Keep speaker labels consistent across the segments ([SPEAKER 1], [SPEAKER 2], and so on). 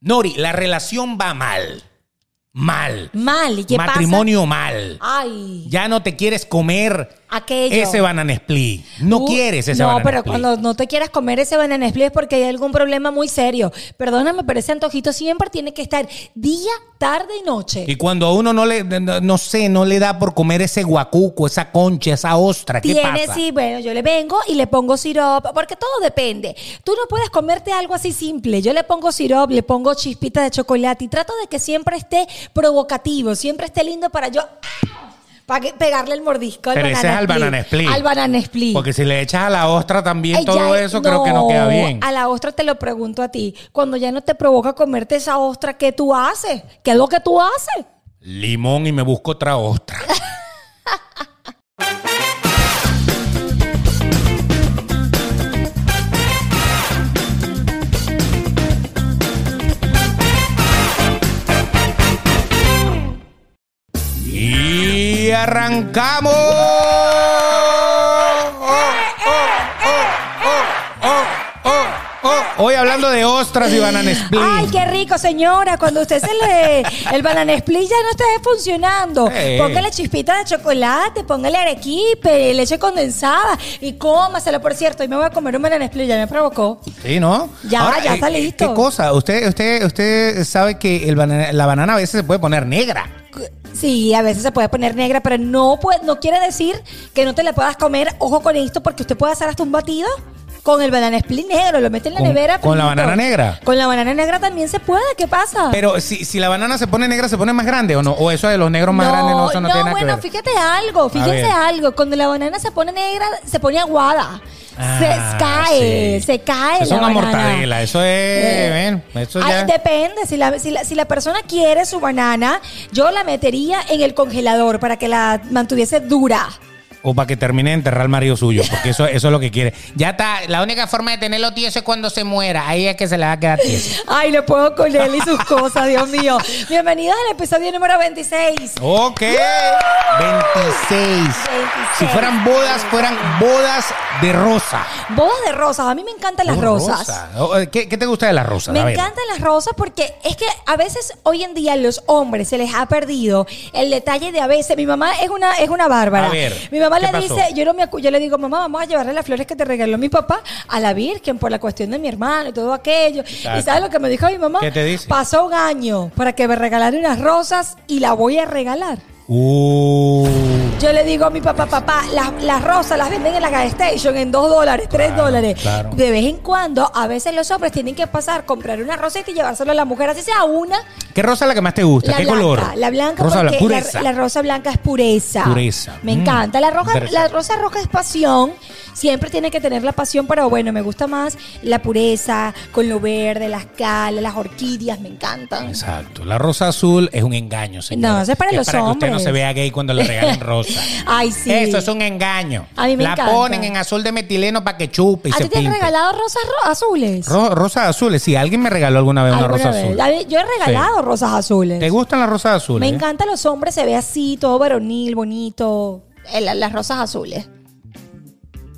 [SPEAKER 1] Nori, la relación va mal. Mal.
[SPEAKER 2] Mal, ¿y qué pasa?
[SPEAKER 1] Matrimonio mal.
[SPEAKER 2] Ay,
[SPEAKER 1] Ya no te quieres comer
[SPEAKER 2] aquello.
[SPEAKER 1] ese banana split. No
[SPEAKER 2] Uh,
[SPEAKER 1] quieres ese
[SPEAKER 2] No,
[SPEAKER 1] banana
[SPEAKER 2] pero
[SPEAKER 1] split.
[SPEAKER 2] cuando no te quieras comer ese banana split es porque hay algún problema muy serio. Perdóname, pero ese antojito siempre tiene que estar día, tarde y noche.
[SPEAKER 1] Y cuando a uno no le, no, no sé, no le da por comer ese guacuco, esa concha, esa ostra, ¿qué
[SPEAKER 2] Tiene,
[SPEAKER 1] pasa?
[SPEAKER 2] sí, bueno, yo le vengo y le pongo sirope, porque todo depende. Tú no puedes comerte algo así simple. Yo le pongo sirope, le pongo chispitas de chocolate y trato de que siempre esté provocativo, siempre esté lindo para yo ¡ah! para que- pegarle el mordisco al
[SPEAKER 1] Pero ese es al banana split.
[SPEAKER 2] Al banana split.
[SPEAKER 1] Porque si le echas a la ostra también
[SPEAKER 2] Ay,
[SPEAKER 1] todo
[SPEAKER 2] ya, eh,
[SPEAKER 1] eso, creo que no queda bien.
[SPEAKER 2] A la ostra te lo pregunto a ti. Cuando ya no te provoca comerte esa ostra, ¿qué tú haces? ¿Qué es lo que tú haces?
[SPEAKER 1] Limón y me busco otra ostra. y arrancamos. Hoy hablando de ostras y banana split.
[SPEAKER 2] Ay, qué rico, señora. Cuando usted se le. El banana split ya no está funcionando.
[SPEAKER 1] Eh.
[SPEAKER 2] Póngale chispita de chocolate, póngale arequipe, leche condensada y cómaselo. Por cierto, hoy me voy a comer un banana split, ya me provocó.
[SPEAKER 1] Sí, ¿no?
[SPEAKER 2] Ya, ya
[SPEAKER 1] eh,
[SPEAKER 2] está
[SPEAKER 1] eh,
[SPEAKER 2] listo.
[SPEAKER 1] ¿Qué cosa? Usted, usted, usted sabe que el banana- la banana a veces se puede poner negra.
[SPEAKER 2] Sí, a veces se puede poner negra, pero no, puede, no quiere decir que no te la puedas comer. Ojo con esto, porque usted puede hacer hasta un batido con el banana split negro. Lo mete en la
[SPEAKER 1] Con-
[SPEAKER 2] nevera.
[SPEAKER 1] con la
[SPEAKER 2] frito.
[SPEAKER 1] banana negra.
[SPEAKER 2] Con la banana negra también se puede. ¿Qué pasa?
[SPEAKER 1] Pero si, si la banana se pone negra, ¿se pone más grande o no? O eso de los negros más grandes no, eso no, tiene nada
[SPEAKER 2] bueno,
[SPEAKER 1] que ver.
[SPEAKER 2] fíjate algo, fíjense
[SPEAKER 1] ver.
[SPEAKER 2] algo. Cuando la banana se pone negra, se pone aguada.
[SPEAKER 1] Ah,
[SPEAKER 2] se cae,
[SPEAKER 1] sí.
[SPEAKER 2] se cae.
[SPEAKER 1] Eso es
[SPEAKER 2] la
[SPEAKER 1] una
[SPEAKER 2] banana.
[SPEAKER 1] mortadela, eso es.
[SPEAKER 2] Eh,
[SPEAKER 1] ven, eso
[SPEAKER 2] ay,
[SPEAKER 1] ya.
[SPEAKER 2] depende, si la, si, la, si la persona quiere su banana, yo la metería en el congelador para que la mantuviese dura.
[SPEAKER 1] O para que termine de enterrar al marido suyo, porque eso, eso es lo que quiere. Ya está, la única forma de tenerlo tieso es cuando se muera. Ahí es que se le va a quedar tieso.
[SPEAKER 2] Ay, lo puedo con él y sus cosas, Dios mío. Bienvenidos al episodio número 26.
[SPEAKER 1] Ok. 26. Si fueran bodas, fueran bodas de rosa.
[SPEAKER 2] Bodas de rosas, a mí me encantan las
[SPEAKER 1] Oh,
[SPEAKER 2] rosas.
[SPEAKER 1] rosa. Oh, eh, ¿Qué, qué te gusta de las rosas?
[SPEAKER 2] Me
[SPEAKER 1] A ver.
[SPEAKER 2] encantan las rosas porque es que a veces hoy en día los hombres se les ha perdido el detalle de a veces. Mi mamá es una, es una bárbara.
[SPEAKER 1] A ver,
[SPEAKER 2] mi mamá
[SPEAKER 1] ¿qué
[SPEAKER 2] le
[SPEAKER 1] pasó?
[SPEAKER 2] dice, yo no me acu- yo le digo, mamá, vamos a llevarle las flores que te regaló mi papá a la Virgen por la cuestión de mi hermano y todo aquello.
[SPEAKER 1] Exacto.
[SPEAKER 2] ¿Y sabes lo que me dijo mi mamá?
[SPEAKER 1] ¿Qué te dice?
[SPEAKER 2] Pasó un año para que me regalaran unas rosas y la voy a regalar.
[SPEAKER 1] Uh,
[SPEAKER 2] Yo le digo a mi papá, papá, las, las rosas las venden en la gas station en 2 dólares, 3
[SPEAKER 1] Claro,
[SPEAKER 2] dólares.
[SPEAKER 1] claro.
[SPEAKER 2] De vez en cuando, a veces los hombres tienen que pasar, comprar una roseta y llevárselo a la mujer, así sea una.
[SPEAKER 1] ¿Qué rosa es la que más te gusta?
[SPEAKER 2] La
[SPEAKER 1] ¿Qué
[SPEAKER 2] blanca,
[SPEAKER 1] color?
[SPEAKER 2] la blanca
[SPEAKER 1] rosa
[SPEAKER 2] porque
[SPEAKER 1] blanca, pureza.
[SPEAKER 2] La, la rosa blanca es pureza.
[SPEAKER 1] Pureza.
[SPEAKER 2] Me
[SPEAKER 1] Mm,
[SPEAKER 2] encanta. La roja, la
[SPEAKER 1] interesante.
[SPEAKER 2] rosa roja es pasión. Siempre tiene que tener la pasión, pero bueno, me gusta más la pureza, con lo verde, las calas, las orquídeas, me encantan.
[SPEAKER 1] Exacto. La rosa azul es un engaño, señor.
[SPEAKER 2] No, eso es para los
[SPEAKER 1] para que usted no
[SPEAKER 2] hombres.
[SPEAKER 1] se vea gay cuando le regalen rosa.
[SPEAKER 2] Ay, sí.
[SPEAKER 1] Eso es un engaño.
[SPEAKER 2] A mí me
[SPEAKER 1] la
[SPEAKER 2] encanta.
[SPEAKER 1] ponen en azul de metileno para que chupe y
[SPEAKER 2] ¿A
[SPEAKER 1] se
[SPEAKER 2] ti te han
[SPEAKER 1] pinte.
[SPEAKER 2] regalado rosas ro- azules?
[SPEAKER 1] Ro- rosas azules. Sí, alguien me regaló alguna vez una
[SPEAKER 2] Alguna
[SPEAKER 1] rosa
[SPEAKER 2] vez.
[SPEAKER 1] azul.
[SPEAKER 2] A mí- Yo he regalado rosas azules.
[SPEAKER 1] ¿Te ¿eh? gustan las rosas azules?
[SPEAKER 2] Me encantan los hombres, se ve así, todo varonil, bonito. Eh, la- las rosas azules.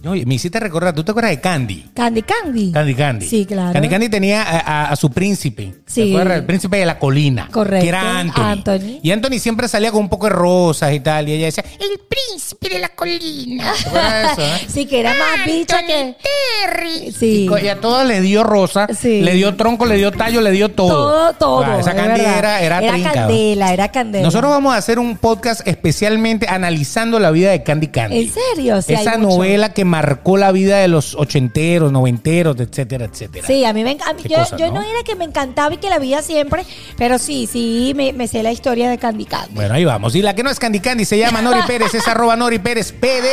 [SPEAKER 1] Oye, me hiciste recordar. ¿Tú te acuerdas de Candy?
[SPEAKER 2] Candy Candy.
[SPEAKER 1] Candy Candy.
[SPEAKER 2] Sí, claro.
[SPEAKER 1] Candy Candy tenía a, a- a su príncipe.
[SPEAKER 2] Sí.
[SPEAKER 1] ¿Te acuerdas? El príncipe de la colina.
[SPEAKER 2] Correcto.
[SPEAKER 1] Que era Anthony.
[SPEAKER 2] Anthony.
[SPEAKER 1] Y Anthony siempre salía con un poco de rosas y tal. Y ella decía, el príncipe de la colina. ¿Te acuerdas de eso, eh?
[SPEAKER 2] Sí, que era más bicha que.
[SPEAKER 1] Terry.
[SPEAKER 2] Sí.
[SPEAKER 1] Y a todos les dio rosa,
[SPEAKER 2] Sí.
[SPEAKER 1] le dio tronco, le dio tallo, le dio todo.
[SPEAKER 2] Todo, todo.
[SPEAKER 1] Ah, esa
[SPEAKER 2] de
[SPEAKER 1] Candy
[SPEAKER 2] verdad.
[SPEAKER 1] era, era, trinca.
[SPEAKER 2] candela, era candela.
[SPEAKER 1] Nosotros vamos a hacer un podcast especialmente analizando la vida de Candy Candy.
[SPEAKER 2] ¿En serio? Sí,
[SPEAKER 1] Esa
[SPEAKER 2] hay mucho.
[SPEAKER 1] novela que marcó la vida de los ochenteros, noventeros, etcétera, etcétera.
[SPEAKER 2] Sí, a mí me encanta.
[SPEAKER 1] Qué
[SPEAKER 2] Yo,
[SPEAKER 1] cosa,
[SPEAKER 2] yo
[SPEAKER 1] ¿no?
[SPEAKER 2] ¿no? era que me encantaba y que la veía siempre, pero sí, sí, me, me sé la historia de Candy Candy.
[SPEAKER 1] Bueno, ahí vamos. Y la que no es Candy Candy se llama Nori Pérez, es arroba Nori Pérez PD.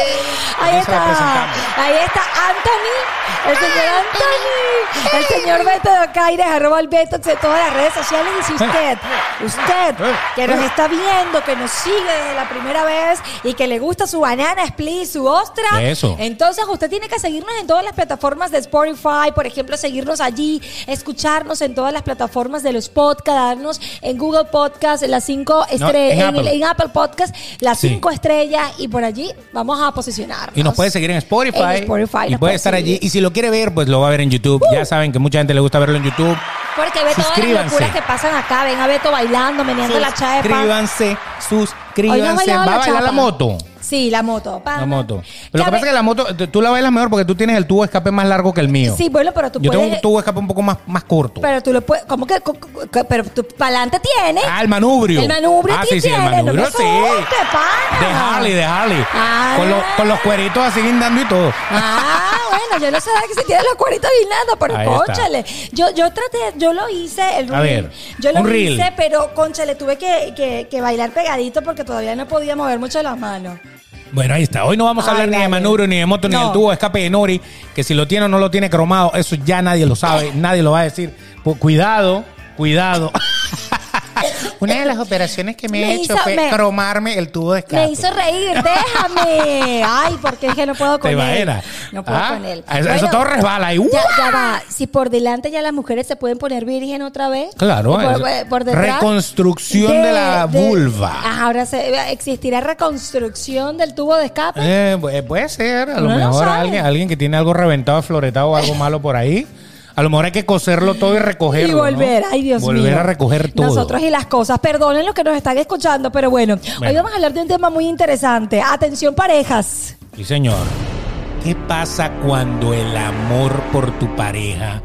[SPEAKER 1] Con eso
[SPEAKER 2] Ahí
[SPEAKER 1] la
[SPEAKER 2] está,
[SPEAKER 1] presentamos.
[SPEAKER 2] ahí está Anthony, el señor Anthony, el señor Beto de Ocaires, arroba el Beto en todas las redes sociales. Y si
[SPEAKER 1] Eh,
[SPEAKER 2] usted, usted que nos está viendo, que nos sigue desde la primera vez y que le gusta su banana split, su ostra,
[SPEAKER 1] Eso.
[SPEAKER 2] entonces usted tiene que seguirnos en todas las plataformas de Spotify, por ejemplo, seguirnos allí, escucharnos en todas las plataformas de los podcasts, darnos en Google Podcast, en las cinco estrellas,
[SPEAKER 1] en
[SPEAKER 2] en,
[SPEAKER 1] Apple.
[SPEAKER 2] el- en Apple Podcast, las
[SPEAKER 1] Sí.
[SPEAKER 2] cinco estrellas y por allí vamos a posicionarnos.
[SPEAKER 1] Y nos puede seguir en Spotify.
[SPEAKER 2] En Spotify
[SPEAKER 1] y
[SPEAKER 2] nos
[SPEAKER 1] puede
[SPEAKER 2] puede
[SPEAKER 1] estar allí.
[SPEAKER 2] seguir. Uh.
[SPEAKER 1] Y si lo quiere ver, pues lo va a ver en YouTube. Ya saben que mucha gente le gusta verlo en YouTube.
[SPEAKER 2] Porque ve todas las
[SPEAKER 1] Suscríbanse.
[SPEAKER 2] locuras que pasan acá. Ven a Beto bailando, meneando la chapa.
[SPEAKER 1] Suscríbanse,
[SPEAKER 2] Hoy no ha
[SPEAKER 1] suscríbanse.
[SPEAKER 2] bailado
[SPEAKER 1] ¿Va a bailar
[SPEAKER 2] chapa.
[SPEAKER 1] la moto?
[SPEAKER 2] Sí, la moto. pa.
[SPEAKER 1] La moto.
[SPEAKER 2] Ya
[SPEAKER 1] Pero lo que pasa
[SPEAKER 2] ve-
[SPEAKER 1] es que la moto, t- tú la bailas mejor porque tú tienes el tubo de escape más largo que el mío.
[SPEAKER 2] Sí, bueno, pero tú
[SPEAKER 1] Yo tengo
[SPEAKER 2] puedes...
[SPEAKER 1] un tubo de escape un poco más, más corto.
[SPEAKER 2] Pero tú lo puedes... ¿Cómo que? co- co- co- Pero tú para adelante tienes.
[SPEAKER 1] Ah, el manubrio.
[SPEAKER 2] El manubrio
[SPEAKER 1] Ah,
[SPEAKER 2] que
[SPEAKER 1] sí, sí, el
[SPEAKER 2] tiene,
[SPEAKER 1] manubrio,
[SPEAKER 2] no me
[SPEAKER 1] sí.
[SPEAKER 2] asustes, pana.
[SPEAKER 1] De Harley, de Harley.
[SPEAKER 2] Ah.
[SPEAKER 1] Con, los- con los cueritos así guindando y todo.
[SPEAKER 2] Ah, bueno, yo no sabía que se tiene los cueritos guindando, pero
[SPEAKER 1] Ahí está.
[SPEAKER 2] conchale. Yo, yo traté, yo lo hice, el
[SPEAKER 1] A
[SPEAKER 2] reel.
[SPEAKER 1] ver,
[SPEAKER 2] yo lo
[SPEAKER 1] un reel.
[SPEAKER 2] hice, pero conchale, tuve que, que- que bailar pegadito porque todavía no podía mover mucho las manos.
[SPEAKER 1] Bueno, ahí está. Hoy no vamos a
[SPEAKER 2] Ay,
[SPEAKER 1] hablar ni de
[SPEAKER 2] dale.
[SPEAKER 1] manubrio, ni de moto, ni
[SPEAKER 2] No.
[SPEAKER 1] del tubo de escape de Nori. Que si lo tiene o no lo tiene cromado, eso ya nadie lo sabe, nadie lo va a decir. Pues, cuidado, cuidado. Una de las operaciones que me,
[SPEAKER 2] Me
[SPEAKER 1] he hecho
[SPEAKER 2] hizo-
[SPEAKER 1] fue
[SPEAKER 2] me-
[SPEAKER 1] cromarme el tubo de escape.
[SPEAKER 2] Me hizo reír, déjame. Ay, porque es que no puedo con
[SPEAKER 1] ¿Te
[SPEAKER 2] él.
[SPEAKER 1] imaginas?
[SPEAKER 2] No puedo
[SPEAKER 1] Ah,
[SPEAKER 2] con él.
[SPEAKER 1] Eso, eso
[SPEAKER 2] Bueno,
[SPEAKER 1] todo resbala y
[SPEAKER 2] Ya, ya va. Si por delante ya las mujeres se pueden poner virgen otra vez.
[SPEAKER 1] Claro,
[SPEAKER 2] Y por,
[SPEAKER 1] es-
[SPEAKER 2] por detrás.
[SPEAKER 1] reconstrucción de la vulva.
[SPEAKER 2] Ah, Ahora se, existirá reconstrucción del tubo de escape.
[SPEAKER 1] Eh, pu- eh, puede ser, a lo
[SPEAKER 2] Uno no
[SPEAKER 1] mejor
[SPEAKER 2] sabe.
[SPEAKER 1] alguien, alguien que tiene algo reventado, floretado o algo malo por ahí. A lo mejor hay que coserlo todo y recogerlo.
[SPEAKER 2] Y
[SPEAKER 1] ¿no?
[SPEAKER 2] volver, ay Dios mío.
[SPEAKER 1] Volver a recoger todo.
[SPEAKER 2] Nosotros y las cosas. Perdonen los que nos están escuchando, pero bueno, hoy
[SPEAKER 1] Bueno.
[SPEAKER 2] vamos a hablar de un tema muy interesante. Atención, parejas.
[SPEAKER 1] Sí, señor. ¿Qué pasa cuando el amor por tu pareja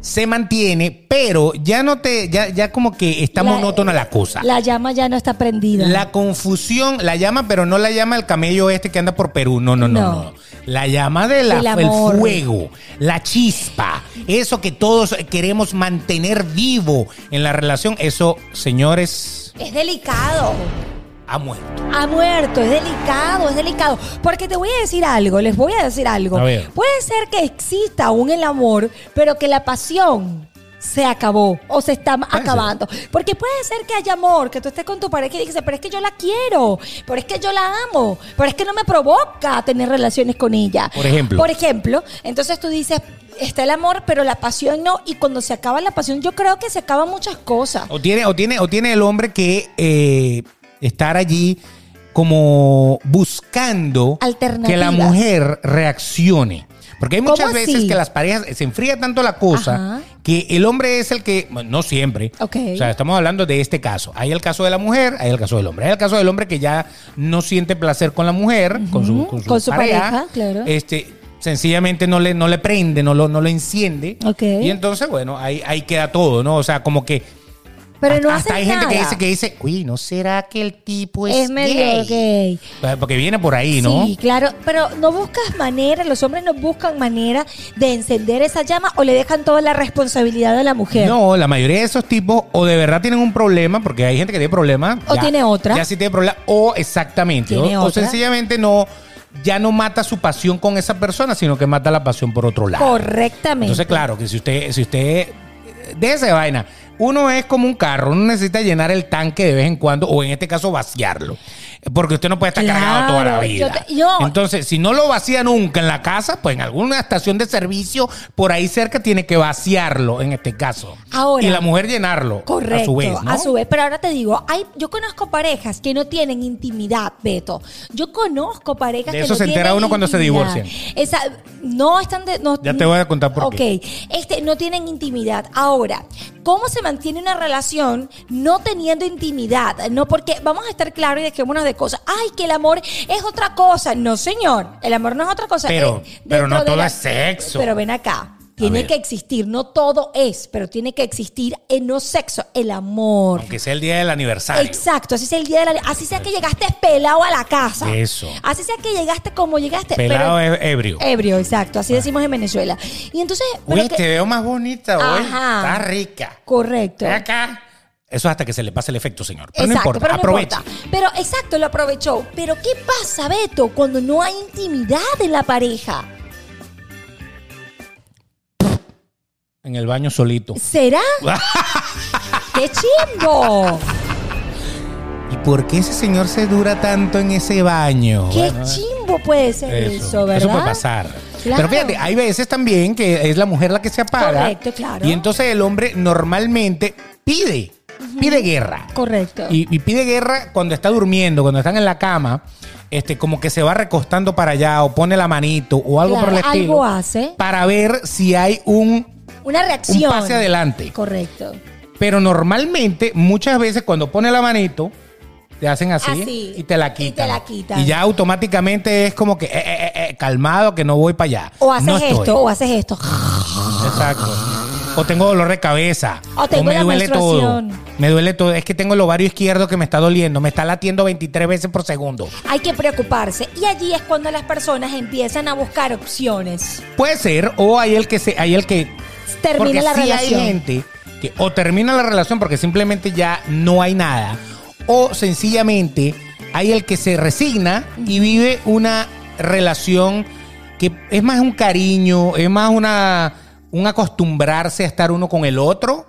[SPEAKER 1] se mantiene, pero ya no te, ya, ya como que está monótona la cosa?
[SPEAKER 2] La llama ya no está prendida.
[SPEAKER 1] La confusión, la llama, pero no la llama el camello este que anda por Perú. No, no, no,
[SPEAKER 2] No.
[SPEAKER 1] no. La llama del
[SPEAKER 2] Del
[SPEAKER 1] el
[SPEAKER 2] amor.
[SPEAKER 1] fuego, la chispa, eso que todos queremos mantener vivo en la relación, eso, señores,
[SPEAKER 2] Es delicado.
[SPEAKER 1] ha muerto.
[SPEAKER 2] Ha muerto, es delicado, es delicado. Porque te voy a decir algo, les voy a decir algo.
[SPEAKER 1] A ver.
[SPEAKER 2] Puede ser que exista aún el amor, pero que la pasión se acabó o se está acabando. Porque puede ser que haya amor, que tú estés con tu pareja y dices, pero es que yo la quiero, pero es que yo la amo, pero es que no me provoca tener relaciones con ella.
[SPEAKER 1] Por ejemplo.
[SPEAKER 2] Por ejemplo, entonces tú dices, está el amor, pero la pasión no. Y cuando se acaba la pasión, yo creo que se acaban muchas cosas.
[SPEAKER 1] O tiene, o tiene, o tiene el hombre que eh, estar allí como buscando que la
[SPEAKER 2] Alternativas.
[SPEAKER 1] mujer reaccione. Porque hay muchas
[SPEAKER 2] ¿Cómo
[SPEAKER 1] veces
[SPEAKER 2] así?
[SPEAKER 1] que las parejas eh, se enfría tanto la cosa
[SPEAKER 2] Ajá.
[SPEAKER 1] que el hombre es el que, bueno, no siempre,
[SPEAKER 2] Ok.
[SPEAKER 1] o sea, estamos hablando de este caso. Hay el caso de la mujer, hay el caso del hombre. Hay el caso del hombre que ya no siente placer con la mujer, con su, con su
[SPEAKER 2] con su
[SPEAKER 1] pareja,
[SPEAKER 2] pareja, claro.
[SPEAKER 1] Este, sencillamente no le, no le prende, no lo, no lo enciende.
[SPEAKER 2] Ok.
[SPEAKER 1] Y entonces, bueno, ahí, ahí queda todo, ¿no? O sea, como que
[SPEAKER 2] Pero no
[SPEAKER 1] hasta
[SPEAKER 2] hacen
[SPEAKER 1] hay gente
[SPEAKER 2] nada.
[SPEAKER 1] que dice que dice, uy, ¿no será que el tipo es,
[SPEAKER 2] es medio
[SPEAKER 1] gay?
[SPEAKER 2] gay.
[SPEAKER 1] Pues, Porque viene por ahí, ¿no?
[SPEAKER 2] Sí, claro, pero no buscas manera, los hombres no buscan manera de encender esa llama o le dejan toda la responsabilidad a la mujer.
[SPEAKER 1] No, la mayoría de esos tipos o de verdad tienen un problema, porque hay gente que tiene problemas.
[SPEAKER 2] O tiene otra.
[SPEAKER 1] Ya sí tiene problema. O exactamente. O,
[SPEAKER 2] Tiene
[SPEAKER 1] o
[SPEAKER 2] otra.
[SPEAKER 1] sencillamente no, ya no mata su pasión con esa persona, sino que mata la pasión por otro lado.
[SPEAKER 2] Correctamente.
[SPEAKER 1] Entonces, claro, que si usted, si usted, déjese de vaina. Uno es como un carro, uno necesita llenar el tanque de vez en cuando, o en este caso vaciarlo. Porque usted no puede estar
[SPEAKER 2] Claro,
[SPEAKER 1] cargado toda la
[SPEAKER 2] yo
[SPEAKER 1] vida.
[SPEAKER 2] te- yo-
[SPEAKER 1] Entonces, si no lo vacía nunca en la casa, pues en alguna estación de servicio por ahí cerca tiene que vaciarlo en este caso.
[SPEAKER 2] Ahora.
[SPEAKER 1] y la mujer llenarlo.
[SPEAKER 2] Correcto,
[SPEAKER 1] A su vez, ¿no?
[SPEAKER 2] Pero ahora te digo, hay, yo conozco parejas que no tienen intimidad, Beto. Yo conozco parejas
[SPEAKER 1] De
[SPEAKER 2] que
[SPEAKER 1] eso
[SPEAKER 2] no
[SPEAKER 1] se entera
[SPEAKER 2] tienen
[SPEAKER 1] uno cuando se
[SPEAKER 2] intimidad.
[SPEAKER 1] divorcian.
[SPEAKER 2] Esa, no están de, no-
[SPEAKER 1] Ya te voy a contar por qué.
[SPEAKER 2] Ok. Este, no tienen intimidad. Ahora, ¿cómo se mantiene una relación no teniendo intimidad? No, porque vamos a estar claros y dejémonos de cosas. Ay, que el amor es otra cosa. No, señor. El amor no es otra cosa.
[SPEAKER 1] Pero-
[SPEAKER 2] Eh,
[SPEAKER 1] pero
[SPEAKER 2] dentro
[SPEAKER 1] no
[SPEAKER 2] de
[SPEAKER 1] todo es sexo.
[SPEAKER 2] Pero ven acá. Tiene
[SPEAKER 1] ver.
[SPEAKER 2] que existir, no todo es, pero tiene que existir en no sexo, el amor.
[SPEAKER 1] Aunque sea el día del aniversario.
[SPEAKER 2] Exacto, así sea el día de la así sea que llegaste pelado a la casa.
[SPEAKER 1] Eso.
[SPEAKER 2] Así sea que llegaste como llegaste,
[SPEAKER 1] Pelado Ah.
[SPEAKER 2] pero
[SPEAKER 1] es ebrio.
[SPEAKER 2] ebrio, exacto, así decimos en Venezuela. Y entonces, pero
[SPEAKER 1] Uy,
[SPEAKER 2] que-
[SPEAKER 1] te veo más bonita hoy.
[SPEAKER 2] Ajá.
[SPEAKER 1] Está rica.
[SPEAKER 2] correcto.
[SPEAKER 1] Ven acá. Eso hasta que se le pase el efecto, señor. Pero
[SPEAKER 2] Exacto,
[SPEAKER 1] no importa,
[SPEAKER 2] pero no
[SPEAKER 1] aprovecha.
[SPEAKER 2] importa. Pero exacto, lo aprovechó. Pero ¿qué pasa, Beto, cuando no hay intimidad en la pareja?
[SPEAKER 1] En el baño solito.
[SPEAKER 2] ¿Será? ¡Qué chimbo!
[SPEAKER 1] ¿Y por qué ese señor se dura tanto en ese baño?
[SPEAKER 2] ¡Qué
[SPEAKER 1] Bueno,
[SPEAKER 2] chimbo puede ser eso, ¿verdad?
[SPEAKER 1] puede pasar. Pero
[SPEAKER 2] Claro.
[SPEAKER 1] fíjate, hay veces también que es la mujer la que se apaga.
[SPEAKER 2] Correcto, claro.
[SPEAKER 1] Y entonces el hombre normalmente pide, pide guerra.
[SPEAKER 2] Correcto.
[SPEAKER 1] Y, y pide guerra cuando está durmiendo, cuando están en la cama, este, como que se va recostando para allá o pone la manito o algo
[SPEAKER 2] Claro,
[SPEAKER 1] por el
[SPEAKER 2] algo
[SPEAKER 1] estilo.
[SPEAKER 2] hace.
[SPEAKER 1] Para ver si hay un
[SPEAKER 2] Una reacción.
[SPEAKER 1] Un pase adelante.
[SPEAKER 2] Correcto.
[SPEAKER 1] Pero normalmente, muchas veces cuando pone la manito, te hacen así,
[SPEAKER 2] Así.
[SPEAKER 1] y te la
[SPEAKER 2] Y
[SPEAKER 1] quitan.
[SPEAKER 2] te la quitan.
[SPEAKER 1] Y ya automáticamente es como que, eh, eh, eh, eh, calmado, que no voy para allá.
[SPEAKER 2] O haces
[SPEAKER 1] No estoy.
[SPEAKER 2] esto, o haces esto.
[SPEAKER 1] Exacto. O tengo dolor de cabeza.
[SPEAKER 2] O tengo
[SPEAKER 1] me
[SPEAKER 2] la
[SPEAKER 1] duele todo.
[SPEAKER 2] menstruación.
[SPEAKER 1] Me duele todo. Es que tengo el ovario izquierdo que me está doliendo. Me está latiendo 23 veces por segundo.
[SPEAKER 2] Hay que preocuparse. Y allí es cuando las personas empiezan a buscar opciones.
[SPEAKER 1] Puede ser, o hay el que se, hay el que.
[SPEAKER 2] Termina
[SPEAKER 1] porque
[SPEAKER 2] la
[SPEAKER 1] sí
[SPEAKER 2] relación.
[SPEAKER 1] hay gente que o termina la relación porque simplemente ya no hay nada. O sencillamente hay el que se resigna y vive una relación que es más un cariño, es más una un acostumbrarse a estar uno con el otro.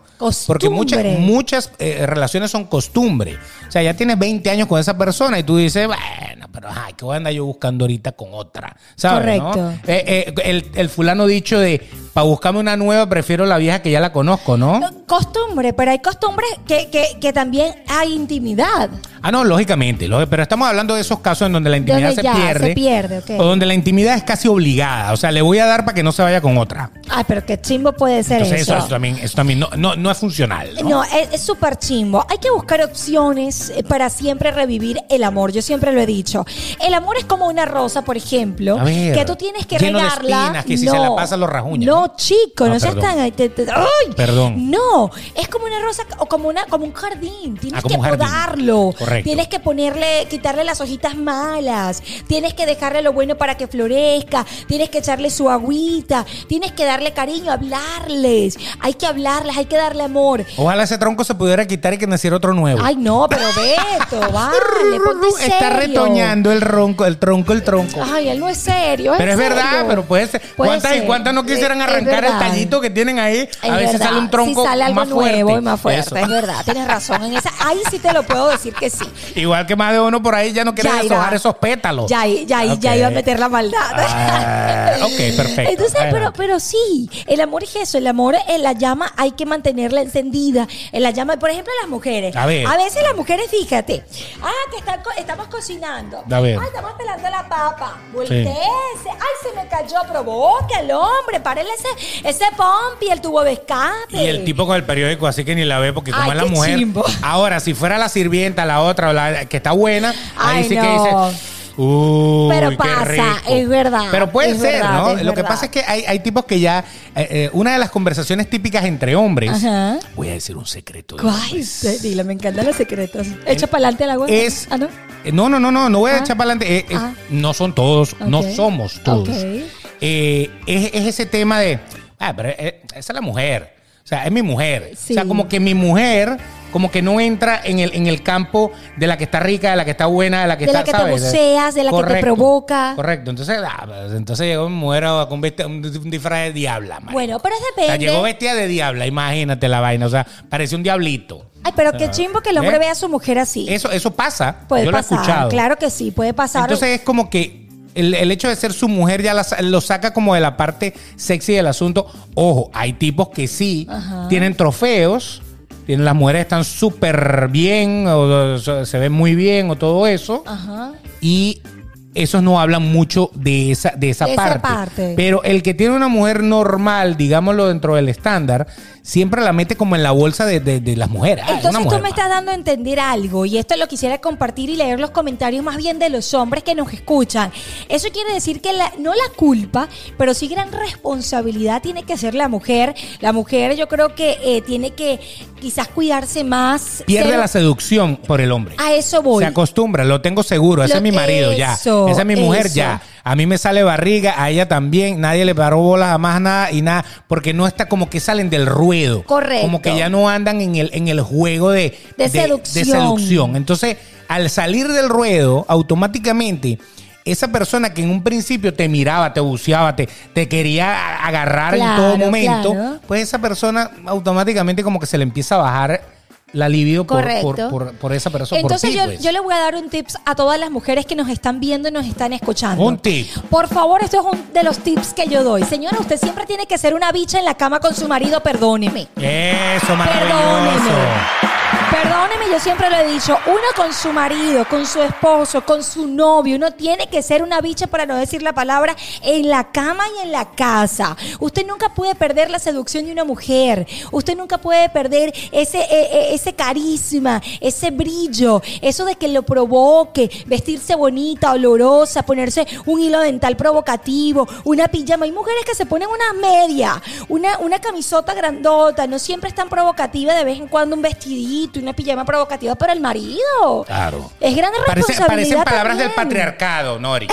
[SPEAKER 1] Porque muchas,
[SPEAKER 2] Costumbre.
[SPEAKER 1] muchas eh, relaciones son costumbre. O sea, ya tienes 20 años con esa persona y tú dices, bueno, pero ay, ¿qué voy a andar yo buscando ahorita con otra? ¿Sabes? no?
[SPEAKER 2] Correcto.
[SPEAKER 1] Eh, eh, el, el fulano dicho de, para buscarme una nueva, prefiero la vieja que ya la conozco, ¿no?
[SPEAKER 2] Costumbre, pero hay costumbres que, que, que también hay intimidad.
[SPEAKER 1] Ah, no, lógicamente. lo- Pero estamos hablando de esos casos en donde la intimidad
[SPEAKER 2] Donde
[SPEAKER 1] se
[SPEAKER 2] ya se
[SPEAKER 1] pierde. Oh.
[SPEAKER 2] pierde, ok.
[SPEAKER 1] O donde la intimidad es casi obligada. O sea, le voy a dar para que no se vaya con otra.
[SPEAKER 2] Ay, pero qué chimbo puede ser
[SPEAKER 1] Entonces, eso,
[SPEAKER 2] eso.
[SPEAKER 1] eso también, eso también no, no, no es funcional. ¿no?
[SPEAKER 2] No, es es súper chimbo. Hay que buscar opciones eh, para siempre revivir el amor. Yo siempre lo he dicho. El amor es como una rosa, por ejemplo,
[SPEAKER 1] A ver,
[SPEAKER 2] que tú tienes que
[SPEAKER 1] lleno de
[SPEAKER 2] regarla.
[SPEAKER 1] espinas, que si se la pasa lo rasguña,
[SPEAKER 2] No, chico, no,
[SPEAKER 1] Ah,
[SPEAKER 2] seas
[SPEAKER 1] perdón.
[SPEAKER 2] tan. ay, te- te- ¡ay!
[SPEAKER 1] Perdón.
[SPEAKER 2] No, es como una rosa o como una como un jardín. Tienes
[SPEAKER 1] Ah, como
[SPEAKER 2] que
[SPEAKER 1] un jardín.
[SPEAKER 2] podarlo.
[SPEAKER 1] Correcto.
[SPEAKER 2] Tienes que ponerle, quitarle las hojitas malas. Tienes que dejarle lo bueno para que florezca. Tienes que echarle su agüita. Tienes que darle cariño, hablarles. Hay que hablarles, hay que darle amor.
[SPEAKER 1] Ojalá ese tronco se pudiera quitar y que naciera otro nuevo.
[SPEAKER 2] Ay, no, pero Beto, vale, ponte
[SPEAKER 1] Está
[SPEAKER 2] serio.
[SPEAKER 1] retoñando el ronco, el tronco, el tronco.
[SPEAKER 2] Ay, él no es serio.
[SPEAKER 1] pero es
[SPEAKER 2] en
[SPEAKER 1] verdad,
[SPEAKER 2] serio.
[SPEAKER 1] pero puede ser.
[SPEAKER 2] Puede
[SPEAKER 1] ¿Cuántas
[SPEAKER 2] ser. Eh,
[SPEAKER 1] y cuántas no quisieran
[SPEAKER 2] Es- es
[SPEAKER 1] arrancar el
[SPEAKER 2] verdad.
[SPEAKER 1] tallito que tienen ahí?
[SPEAKER 2] Es
[SPEAKER 1] a veces
[SPEAKER 2] verdad.
[SPEAKER 1] sale un tronco
[SPEAKER 2] Sí, sale algo
[SPEAKER 1] más fuerte.
[SPEAKER 2] nuevo y más fuerte.
[SPEAKER 1] Eso.
[SPEAKER 2] Es verdad, tienes razón. En esa, ahí sí te lo puedo decir que sí.
[SPEAKER 1] Igual que más de uno por ahí ya no quiere
[SPEAKER 2] Ya irá.
[SPEAKER 1] deshojar esos pétalos. Ah,
[SPEAKER 2] Ya, ahí- ya, ahí- ya
[SPEAKER 1] Ok.
[SPEAKER 2] iba a meter la maldad.
[SPEAKER 1] Ah, ok, perfecto.
[SPEAKER 2] Entonces, pero,
[SPEAKER 1] Adelante.
[SPEAKER 2] pero sí, el amor es eso, el amor, eh, la llama hay que mantenerla encendida, en la llama, por ejemplo, las mujeres.
[SPEAKER 1] A ver.
[SPEAKER 2] veces las mujeres, fíjate, ah, que están co- estamos cocinando,
[SPEAKER 1] A ver.
[SPEAKER 2] ah, estamos pelando la papa, volteese, ay, se me cayó, provoque al hombre, párele ese, ese pompi, el tubo de escape.
[SPEAKER 1] Y el tipo con el periódico, así que ni la ve porque como
[SPEAKER 2] Ay,
[SPEAKER 1] es la
[SPEAKER 2] qué
[SPEAKER 1] mujer.
[SPEAKER 2] chimbo.
[SPEAKER 1] Ahora, si fuera la sirvienta, la otra, o la que está buena, ahí
[SPEAKER 2] Ay,
[SPEAKER 1] sí que
[SPEAKER 2] no.
[SPEAKER 1] dice. Uy,
[SPEAKER 2] Pero
[SPEAKER 1] qué
[SPEAKER 2] pasa,
[SPEAKER 1] rico".
[SPEAKER 2] es verdad,
[SPEAKER 1] Pero puede
[SPEAKER 2] es
[SPEAKER 1] ser,
[SPEAKER 2] verdad,
[SPEAKER 1] ¿no?
[SPEAKER 2] es
[SPEAKER 1] Lo que
[SPEAKER 2] verdad.
[SPEAKER 1] pasa es que hay, hay tipos que ya. eh, eh, una de las conversaciones típicas entre hombres.
[SPEAKER 2] Ajá.
[SPEAKER 1] Voy a decir un secreto. de
[SPEAKER 2] Guay,
[SPEAKER 1] hombres.
[SPEAKER 2] te- dile, me encantan los secretos. Echa para adelante el agua.
[SPEAKER 1] Es.
[SPEAKER 2] Ah, no.
[SPEAKER 1] eh, no, no, no, no, no voy a
[SPEAKER 2] Ah.
[SPEAKER 1] echar para adelante. Eh, eh,
[SPEAKER 2] Ah.
[SPEAKER 1] No son todos, no
[SPEAKER 2] Ok.
[SPEAKER 1] somos todos.
[SPEAKER 2] Ok.
[SPEAKER 1] Eh, es, es ese tema de, ah, pero eh, esa es la mujer. O sea, es mi mujer. O
[SPEAKER 2] Sí.
[SPEAKER 1] sea, como que mi mujer, como que no entra en el, en el campo de la que está rica, de la que está buena, de la que
[SPEAKER 2] De la
[SPEAKER 1] está,
[SPEAKER 2] que te
[SPEAKER 1] ¿sabes?
[SPEAKER 2] voceas, de la que te provoca.
[SPEAKER 1] Correcto. Entonces, ah, pues, entonces llegó mi mujer a- con vesti- un, un disfraz de diabla, marico.
[SPEAKER 2] Bueno, pero
[SPEAKER 1] O sea,
[SPEAKER 2] depende.
[SPEAKER 1] llegó vestida de diabla, imagínate la vaina. O sea, parece un diablito.
[SPEAKER 2] Ay, pero qué chimbo que el hombre
[SPEAKER 1] ¿Eh?
[SPEAKER 2] vea a su mujer así.
[SPEAKER 1] Eso, eso pasa.
[SPEAKER 2] Puede
[SPEAKER 1] Yo
[SPEAKER 2] pasar,
[SPEAKER 1] lo he escuchado.
[SPEAKER 2] claro que sí, puede pasar.
[SPEAKER 1] Entonces es como que el, el hecho de ser su mujer ya la sa- lo saca como de la parte sexy del asunto. Ojo, hay tipos que sí
[SPEAKER 2] Ajá.
[SPEAKER 1] tienen trofeos. tienen- Las mujeres están súper bien, o, o, se se ven muy bien, o todo eso.
[SPEAKER 2] Ajá.
[SPEAKER 1] Y esos no hablan mucho de esa, de esa,
[SPEAKER 2] De esa
[SPEAKER 1] parte.
[SPEAKER 2] parte.
[SPEAKER 1] Pero el que tiene una mujer normal, digámoslo dentro del estándar, siempre la mete como en la bolsa de, de- de las mujeres. Ah, es una
[SPEAKER 2] Entonces tú
[SPEAKER 1] mujer
[SPEAKER 2] me
[SPEAKER 1] más.
[SPEAKER 2] estás dando a entender algo y esto lo quisiera compartir y leer los comentarios más bien de los hombres que nos escuchan. Eso quiere decir que la- no la culpa, pero sí gran responsabilidad tiene que ser la mujer. La mujer yo creo que eh, tiene que quizás cuidarse más.
[SPEAKER 1] Pierde
[SPEAKER 2] ser-
[SPEAKER 1] la seducción por el hombre.
[SPEAKER 2] A eso voy.
[SPEAKER 1] Se acostumbra, lo tengo seguro. Ese
[SPEAKER 2] Lo-
[SPEAKER 1] es mi marido
[SPEAKER 2] eso,
[SPEAKER 1] ya. Esa es mi mujer
[SPEAKER 2] eso.
[SPEAKER 1] ya. A mí me sale barriga, a ella también. Nadie le paró bolas a más nada y nada. Porque no está como que salen del ruedo.
[SPEAKER 2] Correcto.
[SPEAKER 1] Como que ya no andan en el, en el juego de,
[SPEAKER 2] De seducción.
[SPEAKER 1] seducción. Entonces, al salir del ruedo, automáticamente. Esa persona que en un principio te miraba, te buceaba, te, te quería agarrar en
[SPEAKER 2] Claro,
[SPEAKER 1] todo momento,
[SPEAKER 2] claro.
[SPEAKER 1] pues esa persona automáticamente como que se le empieza a bajar la libido por, por-
[SPEAKER 2] Correcto.
[SPEAKER 1] por- por esa persona. por
[SPEAKER 2] Entonces
[SPEAKER 1] ti,
[SPEAKER 2] yo,
[SPEAKER 1] pues.
[SPEAKER 2] yo le voy a dar un tips a todas las mujeres que nos están viendo y nos están escuchando.
[SPEAKER 1] Un tip.
[SPEAKER 2] Por favor, esto es un de los tips que yo doy. Señora, usted siempre tiene que ser una bicha en la cama con su marido, perdóneme.
[SPEAKER 1] Eso, maravilloso.
[SPEAKER 2] Perdóneme. Perdóneme, yo siempre lo he dicho, uno con su marido, con su esposo, con su novio, uno tiene que ser una bicha para no decir la palabra en la cama y en la casa. Usted nunca puede perder la seducción de una mujer, usted nunca puede perder ese, eh, eh, ese carisma, ese este brillo, eso de que lo provoque, vestirse bonita, olorosa, ponerse un hilo dental provocativo, una pijama. Hay mujeres que se ponen una media, una, una camisota grandota, no siempre es tan provocativa, de vez en cuando un vestidito y una pijama provocativa para el marido.
[SPEAKER 1] Claro.
[SPEAKER 2] Es grande
[SPEAKER 1] Parece-
[SPEAKER 2] responsabilidad.
[SPEAKER 1] parecen palabras
[SPEAKER 2] pues, también.
[SPEAKER 1] del patriarcado, Nori.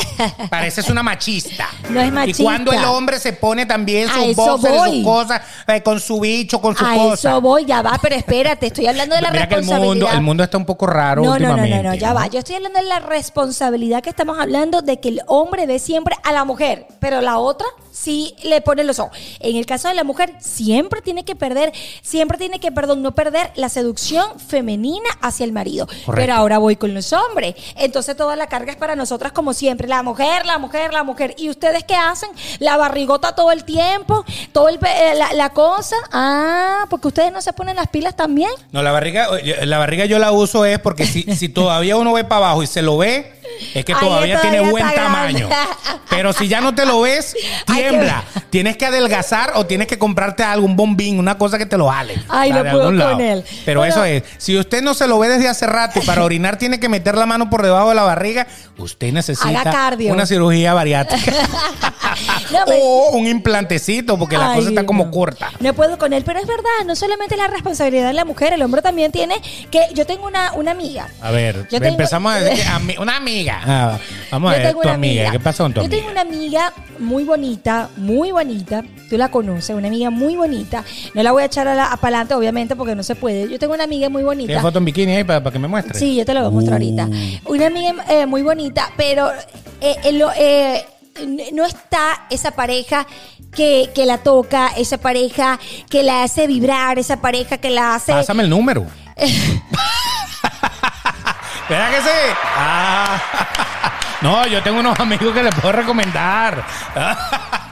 [SPEAKER 1] Pareces una machista.
[SPEAKER 2] No es machista.
[SPEAKER 1] Y cuando el hombre se pone también
[SPEAKER 2] A
[SPEAKER 1] sus
[SPEAKER 2] eso
[SPEAKER 1] boxers, y
[SPEAKER 2] voy.
[SPEAKER 1] sus cosas, eh, con su bicho, con sus
[SPEAKER 2] A
[SPEAKER 1] cosas.
[SPEAKER 2] eso voy, ya va, pero espérate, estoy hablando de la
[SPEAKER 1] Mira que el
[SPEAKER 2] responsabilidad.
[SPEAKER 1] mundo, el mundo está un poco raro
[SPEAKER 2] no, no, no,
[SPEAKER 1] últimamente.
[SPEAKER 2] no, no, ya va. Yo estoy hablando de la responsabilidad que estamos hablando de que el hombre ve siempre a la mujer, pero la otra sí le pone los ojos. En el caso de la mujer, siempre tiene que perder, siempre tiene que, perdón, no perder la seducción femenina hacia el marido. Pero ahora voy con los hombres. Entonces toda la carga es para nosotras como siempre. La mujer, la mujer, la mujer. ¿Y ustedes qué hacen? La barrigota todo el tiempo, todo el, pe- eh, la, la cosa. Ah, porque ustedes no se ponen las pilas también.
[SPEAKER 1] No, la barriga, oye, la barriga yo la uso es porque si, si todavía uno ve para abajo y se lo ve, es que
[SPEAKER 2] Ahí
[SPEAKER 1] todavía,
[SPEAKER 2] todavía
[SPEAKER 1] tiene
[SPEAKER 2] está
[SPEAKER 1] buen
[SPEAKER 2] grande.
[SPEAKER 1] tamaño. Pero si ya no te lo ves,
[SPEAKER 2] Hay que
[SPEAKER 1] tiembla. Tienes que adelgazar o tienes que comprarte algún bombín, una cosa que te lo jale.
[SPEAKER 2] Ay,
[SPEAKER 1] O sea,
[SPEAKER 2] no
[SPEAKER 1] de
[SPEAKER 2] puedo
[SPEAKER 1] algún lado.
[SPEAKER 2] con él.
[SPEAKER 1] Pero
[SPEAKER 2] Bueno.
[SPEAKER 1] eso es. Si usted no se lo ve desde hace rato y para orinar tiene que meter la mano por debajo de la barriga, usted
[SPEAKER 2] Haga
[SPEAKER 1] necesita
[SPEAKER 2] cardio.
[SPEAKER 1] una cirugía bariátrica
[SPEAKER 2] No,
[SPEAKER 1] Ah,
[SPEAKER 2] pero-
[SPEAKER 1] o un implantecito porque la
[SPEAKER 2] Ay,
[SPEAKER 1] cosa está como
[SPEAKER 2] no.
[SPEAKER 1] corta.
[SPEAKER 2] No puedo con él, pero es verdad, no solamente la responsabilidad de la mujer, el hombre también tiene que yo tengo una, una amiga.
[SPEAKER 1] A ver,
[SPEAKER 2] Yo tengo-
[SPEAKER 1] empezamos a decir que ami- una amiga. Ah, vamos a
[SPEAKER 2] Yo
[SPEAKER 1] ver,
[SPEAKER 2] tengo
[SPEAKER 1] tu
[SPEAKER 2] una
[SPEAKER 1] amiga. ¿Qué pasó con tu
[SPEAKER 2] Yo
[SPEAKER 1] amiga?
[SPEAKER 2] tengo una amiga muy bonita, muy bonita. Tú la conoces, una amiga muy bonita. No la voy a echar a la, para adelante, obviamente, porque no se puede. Yo tengo una amiga muy
[SPEAKER 1] ¿Tienes
[SPEAKER 2] bonita.
[SPEAKER 1] foto en bikini ahí para, para que me muestres?
[SPEAKER 2] Sí, yo te lo voy a mostrar
[SPEAKER 1] Uh.
[SPEAKER 2] ahorita. Una amiga eh, muy bonita, pero eh, eh, lo- eh, n- no está esa pareja que, que la toca, esa pareja que la hace vibrar, esa pareja que la hace...
[SPEAKER 1] Pásame el número. ¿Verdad que sí? Ah. No, yo tengo unos amigos que les puedo recomendar.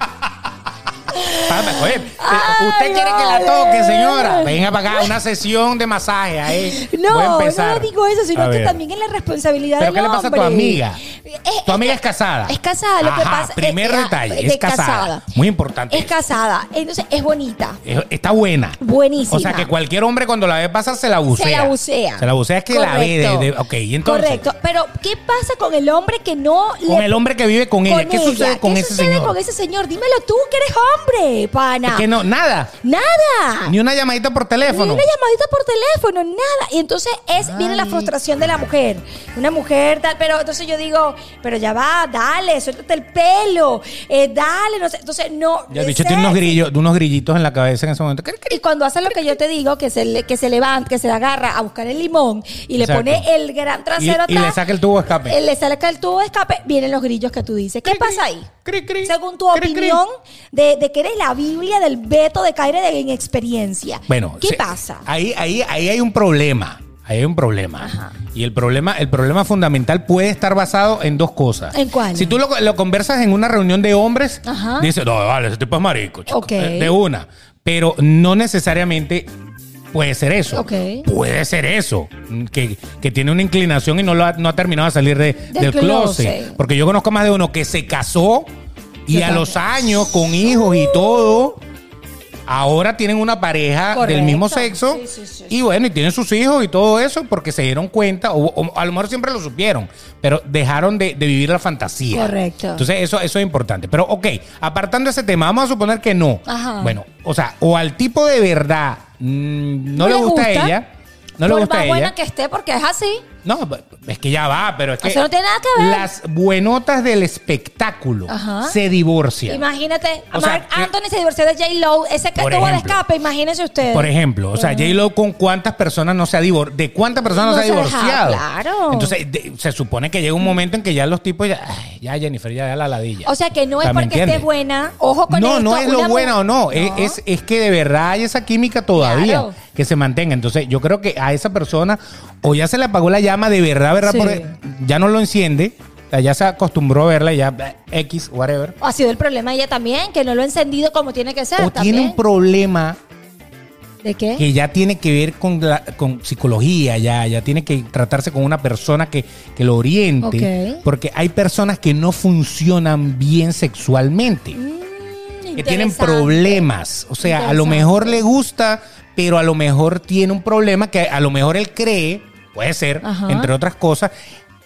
[SPEAKER 1] Pásame, oye, eh,
[SPEAKER 2] Ay,
[SPEAKER 1] usted quiere que la
[SPEAKER 2] vale.
[SPEAKER 1] toque, señora. Venga para acá, una sesión de masaje ahí. Voy a
[SPEAKER 2] No, no
[SPEAKER 1] empezar.
[SPEAKER 2] le digo eso, sino
[SPEAKER 1] A
[SPEAKER 2] que
[SPEAKER 1] ver.
[SPEAKER 2] también es la responsabilidad
[SPEAKER 1] ¿Pero
[SPEAKER 2] del
[SPEAKER 1] qué le pasa a tu
[SPEAKER 2] hombre.
[SPEAKER 1] amiga?
[SPEAKER 2] Eh,
[SPEAKER 1] Tu amiga es casada.
[SPEAKER 2] Es casada, lo que
[SPEAKER 1] Ajá,
[SPEAKER 2] pasa
[SPEAKER 1] Primer
[SPEAKER 2] eh, eh,
[SPEAKER 1] detalle,
[SPEAKER 2] eh,
[SPEAKER 1] es casada. Muy importante.
[SPEAKER 2] Es casada, entonces es bonita.
[SPEAKER 1] Es- Está buena.
[SPEAKER 2] Buenísima.
[SPEAKER 1] O sea que cualquier hombre cuando la ve pasa se la bucea.
[SPEAKER 2] Se la bucea.
[SPEAKER 1] Se la bucea es que la ve de,
[SPEAKER 2] Correcto.
[SPEAKER 1] de- Ok, y entonces.
[SPEAKER 2] Correcto. Pero, ¿qué pasa con el hombre que no le
[SPEAKER 1] Con el hombre que vive con ella.
[SPEAKER 2] con
[SPEAKER 1] ¿Qué
[SPEAKER 2] ella.
[SPEAKER 1] sucede con
[SPEAKER 2] ¿Qué
[SPEAKER 1] ese
[SPEAKER 2] sucede
[SPEAKER 1] señor?
[SPEAKER 2] con ese señor? Dímelo tú, que eres hombre, pana.
[SPEAKER 1] Es que no, nada.
[SPEAKER 2] Nada.
[SPEAKER 1] Ni una llamadita por teléfono.
[SPEAKER 2] Ah. Ni una llamadita por teléfono, nada. Y entonces es, viene la frustración de la mujer. Una mujer tal, pero entonces yo digo, pero ya va, dale, suéltate el pelo, eh, dale, no sé. Entonces no.
[SPEAKER 1] Ya el bicho
[SPEAKER 2] sé.
[SPEAKER 1] tiene unos grillos, unos grillitos en la cabeza en ese momento. Cri, cri.
[SPEAKER 2] Y cuando hace lo que yo te digo, que se, le- que se levanta, que se le agarra a buscar el limón y le
[SPEAKER 1] Exacto.
[SPEAKER 2] pone el gran trasero
[SPEAKER 1] Y- y le
[SPEAKER 2] atrás,
[SPEAKER 1] saca el tubo de escape.
[SPEAKER 2] eh, le saca el tubo de escape, vienen los grillos que tú dices. ¿Qué
[SPEAKER 1] Cri, cri.
[SPEAKER 2] pasa ahí?
[SPEAKER 1] Cri, cri.
[SPEAKER 2] Según tu
[SPEAKER 1] Cri, cri.
[SPEAKER 2] opinión de, de que eres la Biblia del Beto de Caire de inexperiencia.
[SPEAKER 1] Bueno,
[SPEAKER 2] ¿qué
[SPEAKER 1] se- ah,
[SPEAKER 2] pasa?
[SPEAKER 1] Ahí, ahí, ahí hay un problema. Ahí hay un problema. Y el problema, el problema fundamental puede estar basado en dos cosas.
[SPEAKER 2] ¿En cuál?
[SPEAKER 1] Si tú lo, lo conversas en una reunión de hombres,
[SPEAKER 2] Ajá.
[SPEAKER 1] dices, no, vale, ese tipo es marico. chico".
[SPEAKER 2] Ok.
[SPEAKER 1] Eh, De una. Pero no necesariamente puede ser eso.
[SPEAKER 2] Ok.
[SPEAKER 1] Puede ser eso. mm, Que, que tiene una inclinación y no, lo ha, no ha terminado de salir de- del,
[SPEAKER 2] Del
[SPEAKER 1] closet.
[SPEAKER 2] closet.
[SPEAKER 1] Porque yo conozco más de uno que se casó y
[SPEAKER 2] Yo
[SPEAKER 1] a
[SPEAKER 2] también.
[SPEAKER 1] los años, con hijos y todo, ahora tienen una pareja del
[SPEAKER 2] Correcto.
[SPEAKER 1] mismo sexo.
[SPEAKER 2] Sí, sí, sí, sí.
[SPEAKER 1] Y bueno, y tienen sus hijos y todo eso porque se dieron cuenta, o, o a lo mejor siempre lo supieron, pero dejaron de, de vivir la fantasía.
[SPEAKER 2] Correcto.
[SPEAKER 1] Entonces, eso, eso es importante. Pero, ok, apartando ese tema, vamos a suponer que no.
[SPEAKER 2] Ajá.
[SPEAKER 1] Bueno, o sea, o al tipo de verdad mm, no, le gusta, a ella. No le
[SPEAKER 2] Por
[SPEAKER 1] gusta
[SPEAKER 2] más
[SPEAKER 1] a ella.
[SPEAKER 2] buena que esté, porque es así.
[SPEAKER 1] No, es que ya va, pero es que.
[SPEAKER 2] Eso no tiene nada que ver.
[SPEAKER 1] Las buenotas del espectáculo
[SPEAKER 2] Ajá.
[SPEAKER 1] se divorcian.
[SPEAKER 2] Imagínate,
[SPEAKER 1] O
[SPEAKER 2] a
[SPEAKER 1] sea,
[SPEAKER 2] Mark
[SPEAKER 1] que-
[SPEAKER 2] Anthony se divorció de J. Lowe, ese que
[SPEAKER 1] Por
[SPEAKER 2] tuvo de
[SPEAKER 1] ejemplo.
[SPEAKER 2] escape, imagínense ustedes.
[SPEAKER 1] Por ejemplo, o sea, J-Lo con cuántas personas no se ha divorciado, de cuántas personas no,
[SPEAKER 2] No
[SPEAKER 1] se ha
[SPEAKER 2] se ha dejado,
[SPEAKER 1] divorciado.
[SPEAKER 2] claro.
[SPEAKER 1] Entonces, de- se supone que llega un momento en que ya los tipos, ya, ay, ya Jennifer, ya da la ladilla.
[SPEAKER 2] O sea, que no es
[SPEAKER 1] ¿Me
[SPEAKER 2] porque
[SPEAKER 1] entiendes?
[SPEAKER 2] esté buena, ojo con
[SPEAKER 1] no,
[SPEAKER 2] esto,
[SPEAKER 1] no es lo
[SPEAKER 2] una mu-
[SPEAKER 1] buena o no, Es, es- es que de verdad hay esa química todavía
[SPEAKER 2] Claro.
[SPEAKER 1] que se mantenga. Entonces, yo creo que a esa persona o ya se le apagó la llama de verdad, verdad,
[SPEAKER 2] Sí.
[SPEAKER 1] Porque ya no lo enciende, o sea, ya se acostumbró a verla, ya eh, X, whatever.
[SPEAKER 2] Ha sido el problema de ella también, que no lo ha encendido como tiene que ser.
[SPEAKER 1] o tiene
[SPEAKER 2] también.
[SPEAKER 1] un problema
[SPEAKER 2] ¿De qué?
[SPEAKER 1] que ya tiene que ver con, la- con psicología, ya, ya tiene que tratarse con una persona que, que lo oriente.
[SPEAKER 2] Ok.
[SPEAKER 1] Porque hay personas que no funcionan bien sexualmente,
[SPEAKER 2] Mm,
[SPEAKER 1] que tienen problemas. O sea, a lo
[SPEAKER 2] Interesante.
[SPEAKER 1] mejor le gusta, pero a lo mejor tiene un problema que a lo mejor él cree, puede ser,
[SPEAKER 2] Ajá.
[SPEAKER 1] entre otras cosas,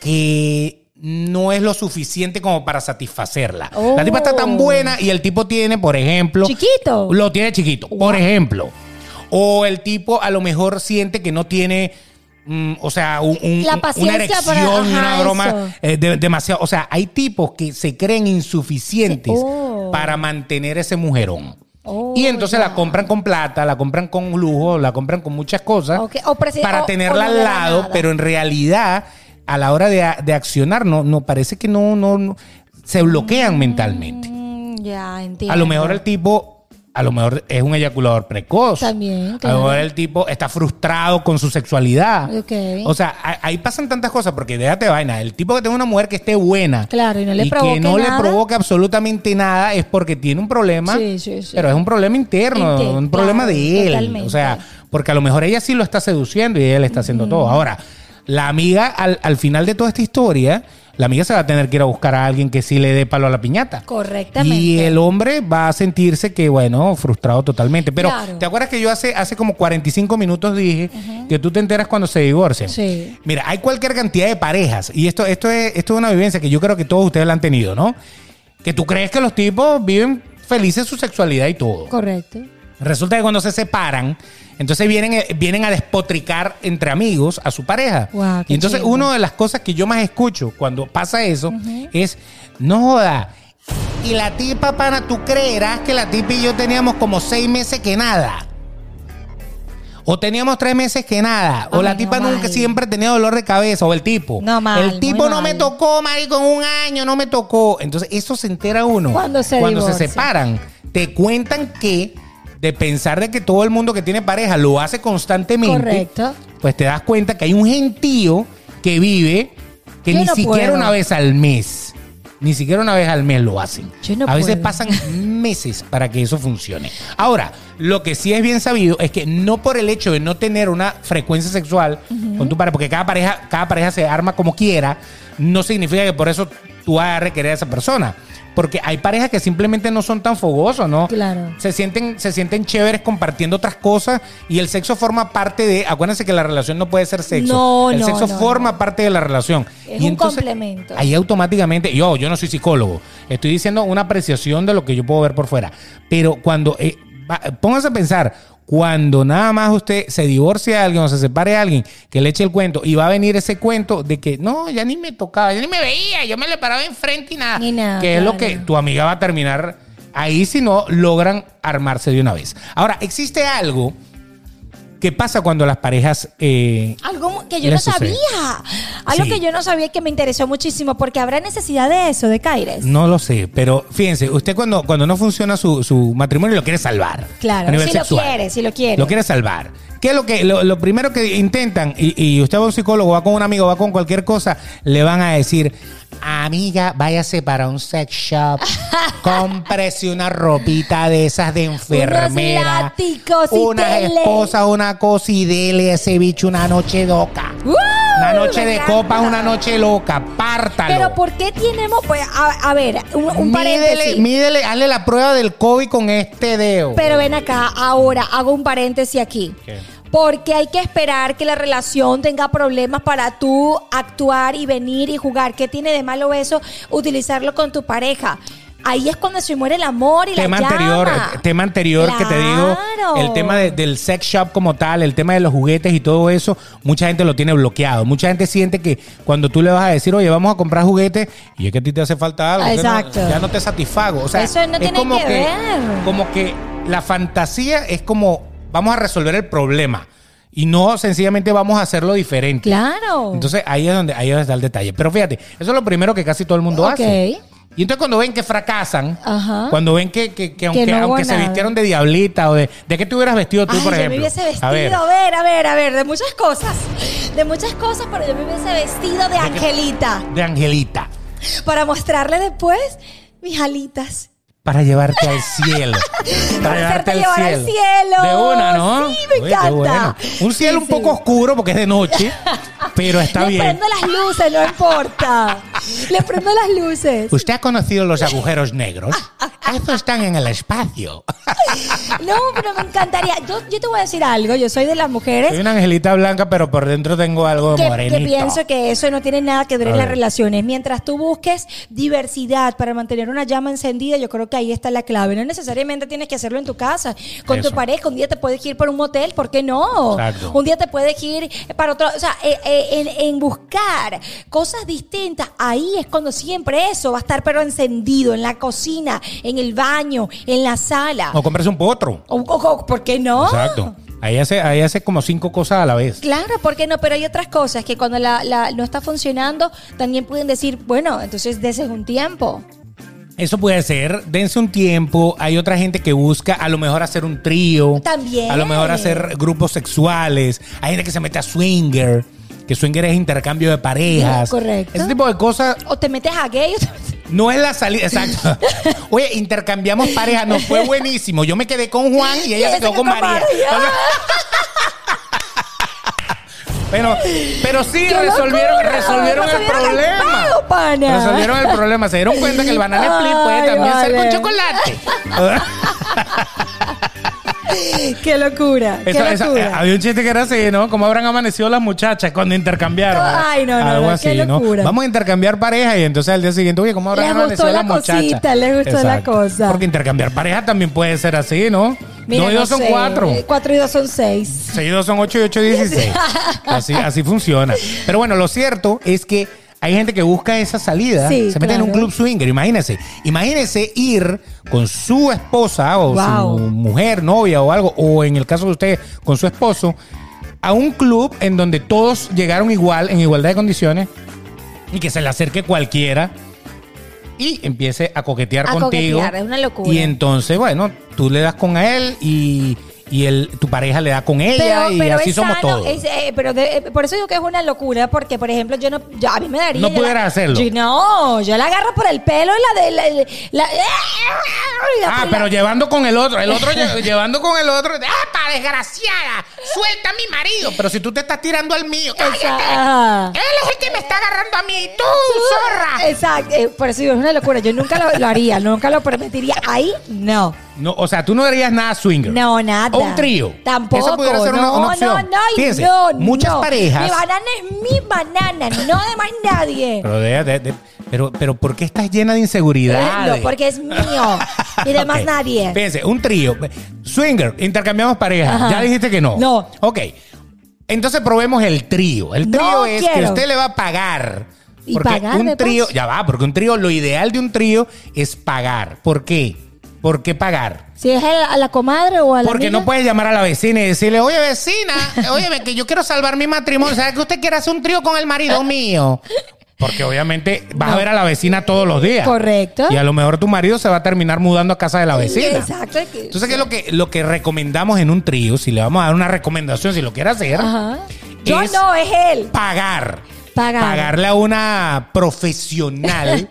[SPEAKER 1] que no es lo suficiente como para satisfacerla.
[SPEAKER 2] Oh.
[SPEAKER 1] La tipa está tan buena y el tipo tiene, por ejemplo,
[SPEAKER 2] Chiquito.
[SPEAKER 1] lo tiene chiquito, por ejemplo. O el tipo a lo mejor siente que no tiene, mm, o sea, un- un-
[SPEAKER 2] La
[SPEAKER 1] un- una
[SPEAKER 2] paciencia
[SPEAKER 1] erección,
[SPEAKER 2] para-
[SPEAKER 1] una
[SPEAKER 2] ajá, eso.
[SPEAKER 1] broma eh, de- demasiado. O sea, hay tipos que se creen insuficientes
[SPEAKER 2] Sí, oh.
[SPEAKER 1] para mantener ese mujerón.
[SPEAKER 2] Oh,
[SPEAKER 1] y entonces
[SPEAKER 2] ya.
[SPEAKER 1] la compran con plata, la compran con lujo, la compran con muchas cosas
[SPEAKER 2] Ok, o presi-
[SPEAKER 1] para
[SPEAKER 2] o-
[SPEAKER 1] tenerla
[SPEAKER 2] o no le
[SPEAKER 1] al
[SPEAKER 2] da
[SPEAKER 1] lado,
[SPEAKER 2] nada.
[SPEAKER 1] pero en realidad a la hora de, a- de accionar no, no parece que no, no, no- se bloquean mentalmente.
[SPEAKER 2] Mm, ya, entiendo.
[SPEAKER 1] A lo mejor el tipo, a lo mejor es un eyaculador precoz.
[SPEAKER 2] También,
[SPEAKER 1] A
[SPEAKER 2] claro.
[SPEAKER 1] lo mejor el tipo está frustrado con su sexualidad.
[SPEAKER 2] Ok.
[SPEAKER 1] O sea, a- ahí pasan tantas cosas, porque déjate vaina. El tipo que tenga una mujer que esté buena.
[SPEAKER 2] Claro, y no le provoque
[SPEAKER 1] que no
[SPEAKER 2] nada.
[SPEAKER 1] le provoque absolutamente nada es porque tiene un problema.
[SPEAKER 2] Sí, sí, sí.
[SPEAKER 1] Pero es un problema interno,
[SPEAKER 2] Inter-
[SPEAKER 1] un problema
[SPEAKER 2] claro,
[SPEAKER 1] de él.
[SPEAKER 2] totalmente.
[SPEAKER 1] O sea, porque a lo mejor ella sí lo está seduciendo y él está haciendo todo. Ahora, la amiga, al, al final de toda esta historia, la amiga se va a tener que ir a buscar a alguien que sí le dé palo a la piñata.
[SPEAKER 2] Correctamente.
[SPEAKER 1] Y el hombre va a sentirse que, bueno, frustrado totalmente. Pero,
[SPEAKER 2] Claro.
[SPEAKER 1] ¿te acuerdas que yo hace, hace como 45 minutos dije que tú te enteras cuando se divorcian?
[SPEAKER 2] Sí.
[SPEAKER 1] Mira, hay cualquier cantidad de parejas, y esto, esto, es, esto es una vivencia que yo creo que todos ustedes la han tenido, ¿no? Que tú crees que los tipos viven felices su sexualidad y todo.
[SPEAKER 2] Correcto.
[SPEAKER 1] Resulta que cuando se separan, entonces vienen, eh, vienen a despotricar entre amigos a su pareja.
[SPEAKER 2] Guau, qué
[SPEAKER 1] y entonces
[SPEAKER 2] chévere.
[SPEAKER 1] una de las cosas que yo más escucho cuando pasa eso es, no joda. Y la tipa, pana, tú creerás que la tipa y yo teníamos como seis meses que nada. O teníamos tres meses que nada. o
[SPEAKER 2] Ay,
[SPEAKER 1] la
[SPEAKER 2] no,
[SPEAKER 1] tipa nunca
[SPEAKER 2] mal.
[SPEAKER 1] siempre tenía dolor de cabeza. O el tipo.
[SPEAKER 2] No, mal,
[SPEAKER 1] El tipo
[SPEAKER 2] muy
[SPEAKER 1] no me
[SPEAKER 2] mal.
[SPEAKER 1] tocó, marico, en un año no me tocó. Entonces, eso se entera uno.
[SPEAKER 2] Cuando se divorcia.
[SPEAKER 1] separa paran. te cuentan que de pensar de que todo el mundo que tiene pareja lo hace constantemente,
[SPEAKER 2] Correcto.
[SPEAKER 1] pues te das cuenta que hay un gentío que vive que
[SPEAKER 2] Yo
[SPEAKER 1] ni
[SPEAKER 2] no
[SPEAKER 1] siquiera
[SPEAKER 2] puedo.
[SPEAKER 1] una vez al mes, ni siquiera una vez al mes lo hacen.
[SPEAKER 2] Yo no
[SPEAKER 1] a veces
[SPEAKER 2] puedo.
[SPEAKER 1] pasan meses para que eso funcione. Ahora, lo que sí es bien sabido es que no por el hecho de no tener una frecuencia sexual con tu pareja, porque cada pareja, cada pareja se arma como quiera, no significa que por eso tú vas a requerir a esa persona. Porque hay parejas que simplemente no son tan fogosos, ¿no?
[SPEAKER 2] Claro.
[SPEAKER 1] Se sienten, se sienten chéveres compartiendo otras cosas y el sexo forma parte de. Acuérdense que la relación no puede ser sexo.
[SPEAKER 2] No,
[SPEAKER 1] el
[SPEAKER 2] no,
[SPEAKER 1] sexo
[SPEAKER 2] no,
[SPEAKER 1] forma
[SPEAKER 2] no.
[SPEAKER 1] parte de la relación.
[SPEAKER 2] Es un complemento.
[SPEAKER 1] Ahí automáticamente, yo, yo no soy psicólogo, estoy diciendo una apreciación de lo que yo puedo ver por fuera. Pero cuando, eh, va- póngase a pensar, cuando nada más usted se divorcie de alguien o se separe de alguien, que le eche el cuento y va a venir ese cuento de que no, ya ni me tocaba, ya ni me veía, yo me le paraba enfrente y nada.
[SPEAKER 2] Ni nada,
[SPEAKER 1] que es lo
[SPEAKER 2] claro.
[SPEAKER 1] que tu amiga va a terminar ahí si no logran armarse de una vez. Ahora, existe algo que pasa cuando las parejas... eh,
[SPEAKER 2] Algo mu- que yo
[SPEAKER 1] Le
[SPEAKER 2] no
[SPEAKER 1] sucede.
[SPEAKER 2] sabía. Algo
[SPEAKER 1] Sí.
[SPEAKER 2] que yo no sabía y que me interesó muchísimo porque habrá necesidad de eso, de Caires.
[SPEAKER 1] No lo sé, pero fíjense, usted cuando, cuando no funciona su, su matrimonio lo quiere salvar.
[SPEAKER 2] Claro,
[SPEAKER 1] a nivel
[SPEAKER 2] si lo
[SPEAKER 1] sexual.
[SPEAKER 2] quiere, si lo quiere.
[SPEAKER 1] Lo quiere salvar. ¿Qué es lo que lo, lo primero que intentan? Y, y usted va a un psicólogo, va con un amigo, va con cualquier cosa, le van a decir, amiga, váyase para un sex shop, cómprese una ropita de esas de enfermera,
[SPEAKER 2] látigos y
[SPEAKER 1] unas
[SPEAKER 2] dele".
[SPEAKER 1] esposas, una cosa y dele a ese bicho una noche loca.
[SPEAKER 2] ¡Uh!
[SPEAKER 1] Una noche
[SPEAKER 2] Me
[SPEAKER 1] de
[SPEAKER 2] encanta.
[SPEAKER 1] copa, una noche loca, pártalo.
[SPEAKER 2] Pero ¿por qué tenemos? Pues, a, a ver, un, un paréntesis.
[SPEAKER 1] Mídele, mídele, hazle la prueba del COVID con este dedo.
[SPEAKER 2] Pero ven acá, ahora hago un paréntesis aquí.
[SPEAKER 1] ¿Qué?
[SPEAKER 2] Porque hay que esperar que la relación tenga problemas para tú actuar y venir y jugar. ¿Qué tiene de malo eso? Utilizarlo con tu pareja. Ahí es cuando se muere el amor y
[SPEAKER 1] tema
[SPEAKER 2] la
[SPEAKER 1] anterior,
[SPEAKER 2] llama.
[SPEAKER 1] eh, tema anterior que te digo,
[SPEAKER 2] Claro.
[SPEAKER 1] el tema de- del sex shop como tal, el tema de los juguetes y todo eso, mucha gente lo tiene bloqueado. Mucha gente siente que cuando tú le vas a decir, oye, vamos a comprar juguetes, y es que a ti te hace falta algo, que no-
[SPEAKER 2] Exacto.
[SPEAKER 1] ya no te satisfago. O sea,
[SPEAKER 2] Eso no
[SPEAKER 1] es
[SPEAKER 2] tiene
[SPEAKER 1] como
[SPEAKER 2] que ver.
[SPEAKER 1] Como que la fantasía es como, vamos a resolver el problema. Y no sencillamente vamos a hacerlo diferente.
[SPEAKER 2] Claro.
[SPEAKER 1] Entonces ahí es donde ahí es donde está el detalle. Pero fíjate, eso es lo primero que casi todo el mundo
[SPEAKER 2] Ok.
[SPEAKER 1] hace. Y entonces cuando ven que fracasan,
[SPEAKER 2] Ajá.
[SPEAKER 1] cuando ven que, que- que aunque,
[SPEAKER 2] no hubo
[SPEAKER 1] aunque se
[SPEAKER 2] nada.
[SPEAKER 1] vistieron de diablita o de... ¿De qué te hubieras vestido tú,
[SPEAKER 2] Ay,
[SPEAKER 1] por
[SPEAKER 2] yo
[SPEAKER 1] ejemplo?
[SPEAKER 2] me hubiese vestido,
[SPEAKER 1] A ver,
[SPEAKER 2] a ver, a ver, a ver, de muchas cosas. De muchas cosas, pero yo me hubiese vestido de Angelita
[SPEAKER 1] de Angelita.
[SPEAKER 2] para mostrarle después mis alitas.
[SPEAKER 1] para llevarte al cielo. para llevarte
[SPEAKER 2] hacerte
[SPEAKER 1] al
[SPEAKER 2] llevar
[SPEAKER 1] cielo.
[SPEAKER 2] al cielo.
[SPEAKER 1] De una, ¿no?
[SPEAKER 2] Sí, me
[SPEAKER 1] Oye, qué
[SPEAKER 2] encanta.
[SPEAKER 1] bueno. Un cielo
[SPEAKER 2] Sí,
[SPEAKER 1] un poco
[SPEAKER 2] sí.
[SPEAKER 1] oscuro porque es de noche, pero Pues está
[SPEAKER 2] Le
[SPEAKER 1] bien.
[SPEAKER 2] prendo las luces, no importa. Le prendo las luces.
[SPEAKER 1] ¿Usted ha conocido los agujeros negros? Estos están en el espacio.
[SPEAKER 2] No, pero me encantaría. Yo, yo te voy a decir algo. Yo soy de las
[SPEAKER 1] Soy
[SPEAKER 2] mujeres
[SPEAKER 1] una angelita blanca, pero por dentro tengo algo
[SPEAKER 2] que,
[SPEAKER 1] morenito.
[SPEAKER 2] que pienso que eso no tiene nada que ver
[SPEAKER 1] A
[SPEAKER 2] en las
[SPEAKER 1] ver.
[SPEAKER 2] relaciones. Mientras tú busques diversidad para mantener una llama encendida, yo creo que ahí está la clave. No necesariamente tienes que hacerlo en tu casa, con
[SPEAKER 1] Eso.
[SPEAKER 2] tu pareja. Un día te puedes ir por un motel, ¿por qué no?
[SPEAKER 1] Exacto.
[SPEAKER 2] Un día te puedes ir para otro. O sea, eh, eh, en, en buscar cosas distintas, ahí es cuando siempre eso va a estar, pero encendido en la cocina, en el baño, en la sala.
[SPEAKER 1] O compras un potro.
[SPEAKER 2] O- o- o- ¿Por qué no?
[SPEAKER 1] Exacto. Ahí hace, ahí hace como cinco cosas a la vez.
[SPEAKER 2] Claro, ¿por qué no? Pero hay otras cosas que cuando la, la- no está funcionando, también pueden decir, bueno, entonces dese un tiempo.
[SPEAKER 1] Eso puede ser, dense un tiempo. Hay otra gente que busca a lo mejor hacer un trío.
[SPEAKER 2] También.
[SPEAKER 1] A lo mejor hacer grupos sexuales. Hay gente que se mete a swinger, que swinger es intercambio de parejas.
[SPEAKER 2] Ya, correcto.
[SPEAKER 1] Ese tipo de cosas
[SPEAKER 2] O te metes a gay. o te-
[SPEAKER 1] no es la salida. Exacto. Oye, intercambiamos parejas, no fue buenísimo. Yo me quedé con Juan y ella se quedó con María. Pero, pero sí
[SPEAKER 2] ¡Qué
[SPEAKER 1] resolvieron,
[SPEAKER 2] locura!
[SPEAKER 1] resolvieron el
[SPEAKER 2] Resolvieron el
[SPEAKER 1] problema.
[SPEAKER 2] pedo, pana.
[SPEAKER 1] Resolvieron el problema. Se dieron cuenta que el banana split puede
[SPEAKER 2] Ay,
[SPEAKER 1] también ser con
[SPEAKER 2] vale.
[SPEAKER 1] chocolate.
[SPEAKER 2] ¡Qué locura! ¡Qué
[SPEAKER 1] Esa- esa-
[SPEAKER 2] locura!
[SPEAKER 1] había un chiste que era así, ¿no? ¿Cómo habrán amanecido las muchachas cuando intercambiaron?
[SPEAKER 2] Ay, no, no,
[SPEAKER 1] Algo
[SPEAKER 2] no,
[SPEAKER 1] así,
[SPEAKER 2] qué locura.
[SPEAKER 1] ¿no? Vamos a intercambiar pareja y entonces al día siguiente, oye, ¿cómo habrán
[SPEAKER 2] Les gustó
[SPEAKER 1] amanecido
[SPEAKER 2] la
[SPEAKER 1] las muchachas?
[SPEAKER 2] cosita, les gustó la cosa.
[SPEAKER 1] Porque intercambiar pareja también puede ser así, ¿no?
[SPEAKER 2] Mira,
[SPEAKER 1] dos y
[SPEAKER 2] no
[SPEAKER 1] dos son
[SPEAKER 2] sé,
[SPEAKER 1] cuatro.
[SPEAKER 2] Cuatro y dos son seis.
[SPEAKER 1] Seis y dos son ocho y ocho dieciséis. Así, así funciona. Pero bueno, lo cierto es que hay gente que busca esa salida.
[SPEAKER 2] Sí,
[SPEAKER 1] se mete en un
[SPEAKER 2] claro.
[SPEAKER 1] club swinger, imagínense. Imagínense ir con su esposa o
[SPEAKER 2] Wow.
[SPEAKER 1] su mujer, novia o algo, o en el caso de usted, con su esposo, a un club en donde todos llegaron igual, en igualdad de condiciones, y que se le acerque cualquiera y empiece a coquetear
[SPEAKER 2] A
[SPEAKER 1] contigo.
[SPEAKER 2] coquetear, es una locura.
[SPEAKER 1] Y entonces, bueno, tú le das con él y, y él, tu pareja le da con ella y así
[SPEAKER 2] es
[SPEAKER 1] somos
[SPEAKER 2] sano,
[SPEAKER 1] todos.
[SPEAKER 2] es, eh, pero de- eh, por eso digo que es una locura, porque por ejemplo, yo no, yo- a mí me daría.
[SPEAKER 1] No
[SPEAKER 2] yo
[SPEAKER 1] pudieras
[SPEAKER 2] la-
[SPEAKER 1] hacerlo.
[SPEAKER 2] yo- no, yo la agarro por el pelo y la de la. la- la-
[SPEAKER 1] Ah,
[SPEAKER 2] la-
[SPEAKER 1] pero llevando con el otro, el otro lle- llevando con el otro. ¡Apa, desgraciada! ¡Suelta a mi marido! Pero si tú te estás tirando al mío.
[SPEAKER 2] Esa-
[SPEAKER 1] ¡cállate!
[SPEAKER 2] ajá.
[SPEAKER 1] Él es el que me está agarrando a mí. ¡Tú, zorra!
[SPEAKER 2] Exacto, eh, por eso digo, es una locura. Yo nunca lo, lo haría, nunca lo permitiría. Ahí, no.
[SPEAKER 1] No, o sea, tú no harías nada swinger.
[SPEAKER 2] No, nada.
[SPEAKER 1] O un trío.
[SPEAKER 2] Tampoco.
[SPEAKER 1] Eso pudiera ser una,
[SPEAKER 2] no,
[SPEAKER 1] una opción.
[SPEAKER 2] No, no, y
[SPEAKER 1] Fíjense,
[SPEAKER 2] no,
[SPEAKER 1] muchas
[SPEAKER 2] no. Mi
[SPEAKER 1] parejas.
[SPEAKER 2] banana es mi banana, no de más nadie.
[SPEAKER 1] Pero, de- de- de- pero, pero ¿por qué estás llena de inseguridad?
[SPEAKER 2] No, porque es mío y de más nadie.
[SPEAKER 1] Fíjense, un trío. Swinger, intercambiamos parejas.
[SPEAKER 2] Ajá.
[SPEAKER 1] Ya dijiste que no.
[SPEAKER 2] No.
[SPEAKER 1] Ok. Entonces probemos el trío. El
[SPEAKER 2] No
[SPEAKER 1] trío es que
[SPEAKER 2] quiero.
[SPEAKER 1] usted le va a pagar.
[SPEAKER 2] ¿Y
[SPEAKER 1] Porque
[SPEAKER 2] pagar de
[SPEAKER 1] un trío,
[SPEAKER 2] paso?
[SPEAKER 1] ya va, porque un trío, lo ideal de un trío es pagar. ¿Por qué? ¿Por qué pagar?
[SPEAKER 2] Si es el- a la comadre o a la
[SPEAKER 1] Porque
[SPEAKER 2] amiga.
[SPEAKER 1] no puedes llamar a la vecina y decirle, oye vecina, oye, ve que yo quiero salvar mi matrimonio. ¿Sabes que usted quiere hacer un trío con el marido mío? Porque obviamente vas a ver a la vecina todos los días.
[SPEAKER 2] Correcto.
[SPEAKER 1] Y a lo mejor tu marido se va a terminar mudando a casa de la vecina.
[SPEAKER 2] Exacto.
[SPEAKER 1] Entonces, ¿qué es lo que, lo que recomendamos en un trío? Si le vamos a dar una recomendación, si lo quiere hacer,
[SPEAKER 2] Ajá. Yo
[SPEAKER 1] es-
[SPEAKER 2] no, es él.
[SPEAKER 1] pagar.
[SPEAKER 2] Pagar.
[SPEAKER 1] Pagarle a una profesional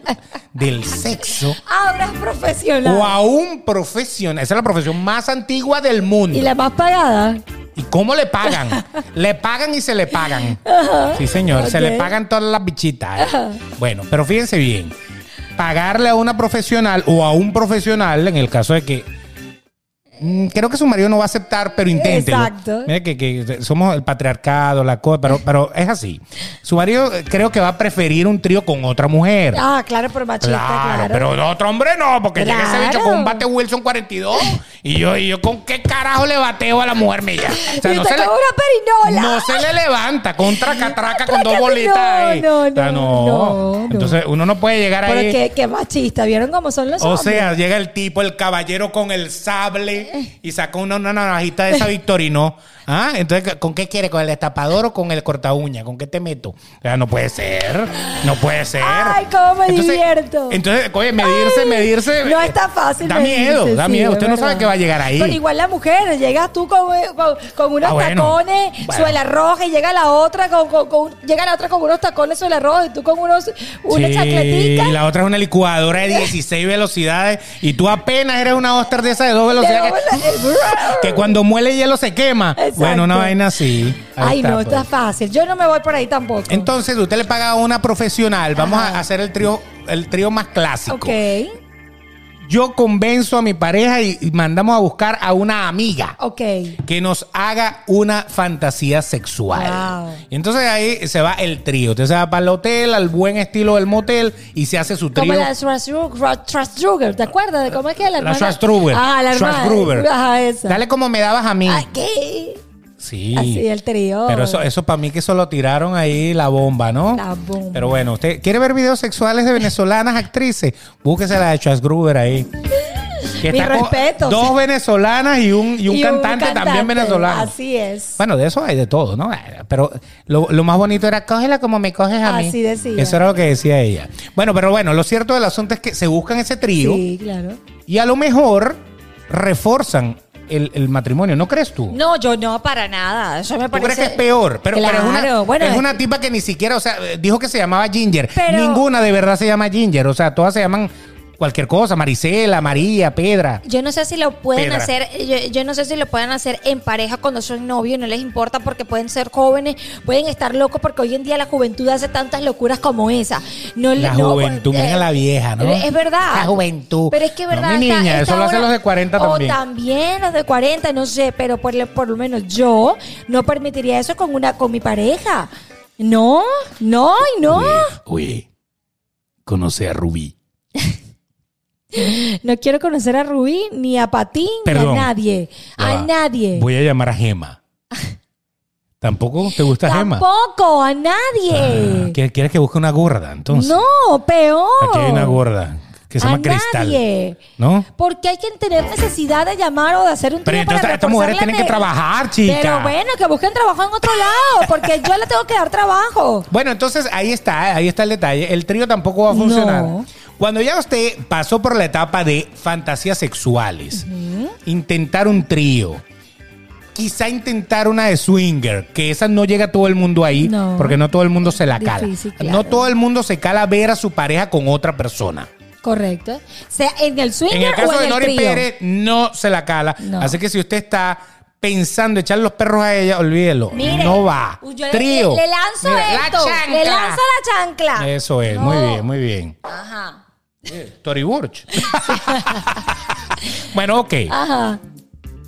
[SPEAKER 1] del sexo
[SPEAKER 2] Ahora es profesional.
[SPEAKER 1] o a un profesional. Esa es la profesión más antigua del mundo.
[SPEAKER 2] Y la más pagada.
[SPEAKER 1] ¿Y cómo le pagan? le pagan y se le pagan. Sí, señor, se
[SPEAKER 2] Ok.
[SPEAKER 1] le pagan todas las bichitas. ¿eh? Bueno, pero fíjense bien. Pagarle a una profesional o a un profesional, en el caso de que. mm, Creo que su marido no va a aceptar, pero inténtelo.
[SPEAKER 2] Exacto.
[SPEAKER 1] Mira que, que somos el patriarcado, la cosa, pero, pero es así. Su marido eh, creo que va a preferir un trío con otra mujer.
[SPEAKER 2] Ah, claro, por machista,
[SPEAKER 1] Claro,
[SPEAKER 2] claro.
[SPEAKER 1] pero de otro hombre no, porque llega ese
[SPEAKER 2] Claro.
[SPEAKER 1] bicho con un bate Wilson 42 y yo, y yo con qué carajo le bateo a la mujer mía. O sea,
[SPEAKER 2] y
[SPEAKER 1] no
[SPEAKER 2] te
[SPEAKER 1] se,
[SPEAKER 2] como
[SPEAKER 1] le,
[SPEAKER 2] una perinola.
[SPEAKER 1] no se le levanta con un tracatraca con dos
[SPEAKER 2] Trácate,
[SPEAKER 1] bolitas
[SPEAKER 2] no,
[SPEAKER 1] ahí.
[SPEAKER 2] no,
[SPEAKER 1] O sea,
[SPEAKER 2] no,
[SPEAKER 1] no.
[SPEAKER 2] no, no.
[SPEAKER 1] Entonces uno no puede llegar
[SPEAKER 2] Pero
[SPEAKER 1] ahí.
[SPEAKER 2] qué, qué machista, ¿vieron cómo son los
[SPEAKER 1] O
[SPEAKER 2] hombres?
[SPEAKER 1] sea, llega el tipo, el caballero con el sable ahí y sacó una, una navajita de esa Victorino. ¿Ah? Entonces, ¿con qué quiere? ¿Con el destapador o con el corta uña? ¿Con qué te meto? O sea, no puede ser. No puede ser.
[SPEAKER 2] Ay, cómo me
[SPEAKER 1] entonces,
[SPEAKER 2] divierto.
[SPEAKER 1] Entonces, oye, medirse,
[SPEAKER 2] Ay,
[SPEAKER 1] medirse. eh,
[SPEAKER 2] no está fácil
[SPEAKER 1] Da
[SPEAKER 2] medirse,
[SPEAKER 1] miedo, da
[SPEAKER 2] sí,
[SPEAKER 1] miedo.
[SPEAKER 2] es
[SPEAKER 1] Usted no sabe
[SPEAKER 2] verdad.
[SPEAKER 1] que va a llegar ahí.
[SPEAKER 2] Pero igual la mujer, llegas tú con, eh, con, con unos
[SPEAKER 1] Ah, bueno.
[SPEAKER 2] tacones,
[SPEAKER 1] Bueno.
[SPEAKER 2] suela roja, y llega la otra con, con- con- llega la otra con unos tacones, suela roja, y tú con unos, una
[SPEAKER 1] Sí,
[SPEAKER 2] chacletica.
[SPEAKER 1] y la otra es una licuadora de 16 velocidades y tú apenas eres una Oster de esa de dos
[SPEAKER 2] de
[SPEAKER 1] velocidades que-
[SPEAKER 2] bola-
[SPEAKER 1] que, cuando muele hielo se quema.
[SPEAKER 2] Exacto.
[SPEAKER 1] Bueno, una vaina así. Ahí
[SPEAKER 2] Ay, no,
[SPEAKER 1] pues.
[SPEAKER 2] está fácil. Yo no me voy por ahí tampoco.
[SPEAKER 1] Entonces, usted le paga a una profesional. Vamos
[SPEAKER 2] Ajá.
[SPEAKER 1] a hacer el trío el trío más clásico.
[SPEAKER 2] ok,
[SPEAKER 1] Yo convenzo a mi pareja y y mandamos a buscar a una amiga
[SPEAKER 2] ok.
[SPEAKER 1] que nos haga una fantasía sexual.
[SPEAKER 2] Wow.
[SPEAKER 1] Y Entonces ahí se va el trío. Usted se va para el hotel, al buen estilo del motel y se hace su
[SPEAKER 2] Como
[SPEAKER 1] trío.
[SPEAKER 2] la de Schwarzru- Schwa- Schwarzruger, ¿te acuerdas de cómo es que la hermana?
[SPEAKER 1] La Schwarzgruber.
[SPEAKER 2] Ah, la hermana.
[SPEAKER 1] Schwarzgruber.
[SPEAKER 2] Ajá, esa.
[SPEAKER 1] Dale como me dabas a mí.
[SPEAKER 2] Ay, ¿qué?
[SPEAKER 1] sí.
[SPEAKER 2] Así, el trío.
[SPEAKER 1] Pero eso, eso para mí que solo tiraron ahí la bomba, ¿no?
[SPEAKER 2] La bomba.
[SPEAKER 1] Pero bueno, usted quiere ver videos sexuales de venezolanas actrices, búsquese la de Chas Gruber ahí. Que
[SPEAKER 2] Mis
[SPEAKER 1] con
[SPEAKER 2] respetos.
[SPEAKER 1] Dos venezolanas y un, y un cantante también venezolano.
[SPEAKER 2] Así es.
[SPEAKER 1] Bueno, de eso hay de todo, ¿no? Pero lo, lo más bonito era cógela como me coges a mí.
[SPEAKER 2] Así decía.
[SPEAKER 1] Eso era lo que decía ella. Bueno, pero bueno, lo cierto del asunto es que se buscan ese trío
[SPEAKER 2] Sí, claro.
[SPEAKER 1] y a lo mejor reforzan el, el matrimonio, ¿no crees tú?
[SPEAKER 2] No, yo no, para nada. Eso me
[SPEAKER 1] ¿Tú
[SPEAKER 2] parece.
[SPEAKER 1] crees que es peor? Pero, pero es, una,
[SPEAKER 2] Claro, bueno,
[SPEAKER 1] es
[SPEAKER 2] es-
[SPEAKER 1] una tipa que ni siquiera, o sea, eh, dijo que se llamaba Ginger.
[SPEAKER 2] Pero-
[SPEAKER 1] Ninguna de verdad se llama Ginger. O sea, todas se llaman cualquier cosa. Marisela, María, Pedra.
[SPEAKER 3] Yo no sé si lo pueden
[SPEAKER 1] Pedra.
[SPEAKER 3] hacer, yo, yo no sé si lo pueden hacer en pareja cuando son novios, no les importa porque pueden ser jóvenes, pueden estar locos porque hoy en día la juventud hace tantas locuras como esa. No, le-
[SPEAKER 1] La
[SPEAKER 3] no,
[SPEAKER 1] juventud,
[SPEAKER 3] eh,
[SPEAKER 1] mira la vieja, ¿no?
[SPEAKER 3] Es verdad.
[SPEAKER 1] La juventud.
[SPEAKER 3] Pero es que es
[SPEAKER 1] No,
[SPEAKER 3] verdad.
[SPEAKER 1] mi
[SPEAKER 3] esta-
[SPEAKER 1] niña,
[SPEAKER 3] esta
[SPEAKER 1] eso lo hacen
[SPEAKER 3] hora-
[SPEAKER 1] los de 40 también.
[SPEAKER 3] O también los de 40, no sé, pero por, lo- por lo menos yo no permitiría eso con una con mi pareja. No, no, y no.
[SPEAKER 1] Oye, conoce a Rubí.
[SPEAKER 3] No quiero conocer a Rubí, ni a Patín,
[SPEAKER 1] Perdón.
[SPEAKER 3] ni a nadie.
[SPEAKER 1] Ya
[SPEAKER 3] a
[SPEAKER 1] va.
[SPEAKER 3] nadie.
[SPEAKER 1] Voy a llamar a Gema. ¿Tampoco te gusta Gema?
[SPEAKER 3] Tampoco, a
[SPEAKER 1] Ah,
[SPEAKER 3] nadie.
[SPEAKER 1] ¿qué- ¿Quieres que busque una gorda entonces?
[SPEAKER 3] no, peor.
[SPEAKER 1] Aquí hay una gorda que se
[SPEAKER 3] A
[SPEAKER 1] llama Cristal.
[SPEAKER 3] nadie.
[SPEAKER 1] ¿No?
[SPEAKER 3] Porque hay que tener necesidad de llamar o de hacer un
[SPEAKER 1] Pero
[SPEAKER 3] trío para
[SPEAKER 1] entonces estas
[SPEAKER 3] reforzar
[SPEAKER 1] mujeres
[SPEAKER 3] la
[SPEAKER 1] tienen que
[SPEAKER 3] ne-
[SPEAKER 1] trabajar, chica.
[SPEAKER 3] Pero bueno, que busquen trabajo en otro lado, porque yo le tengo que dar trabajo.
[SPEAKER 1] Bueno, entonces ahí está, ahí está el detalle. El trío tampoco va a funcionar.
[SPEAKER 2] No.
[SPEAKER 1] Cuando ya usted pasó por la etapa de fantasías sexuales, intentar un trío, quizá intentar una de swinger, que esa no llega todo el mundo ahí,
[SPEAKER 2] No.
[SPEAKER 1] porque no todo el mundo se la cala.
[SPEAKER 2] Difícil, claro.
[SPEAKER 1] No todo el mundo se cala ver a su pareja con otra persona.
[SPEAKER 2] Correcto.
[SPEAKER 3] Sea en el swinger
[SPEAKER 1] En el caso
[SPEAKER 3] o en
[SPEAKER 1] de
[SPEAKER 3] el
[SPEAKER 1] Nori
[SPEAKER 3] trío.
[SPEAKER 1] Pérez, no se la cala.
[SPEAKER 2] No.
[SPEAKER 1] Así que si usted está pensando echar los perros a ella, olvídelo.
[SPEAKER 3] Mire,
[SPEAKER 1] no va.
[SPEAKER 3] uy, yo le-
[SPEAKER 1] Trío.
[SPEAKER 3] Le, le lanzo
[SPEAKER 1] Mira, la
[SPEAKER 3] esto.
[SPEAKER 1] chancla. Eh.
[SPEAKER 3] le lanzo la chancla.
[SPEAKER 1] Eso es, muy
[SPEAKER 3] No.
[SPEAKER 1] bien, muy bien.
[SPEAKER 3] Ajá.
[SPEAKER 1] Tory Burch. bueno, ok.
[SPEAKER 2] Ajá.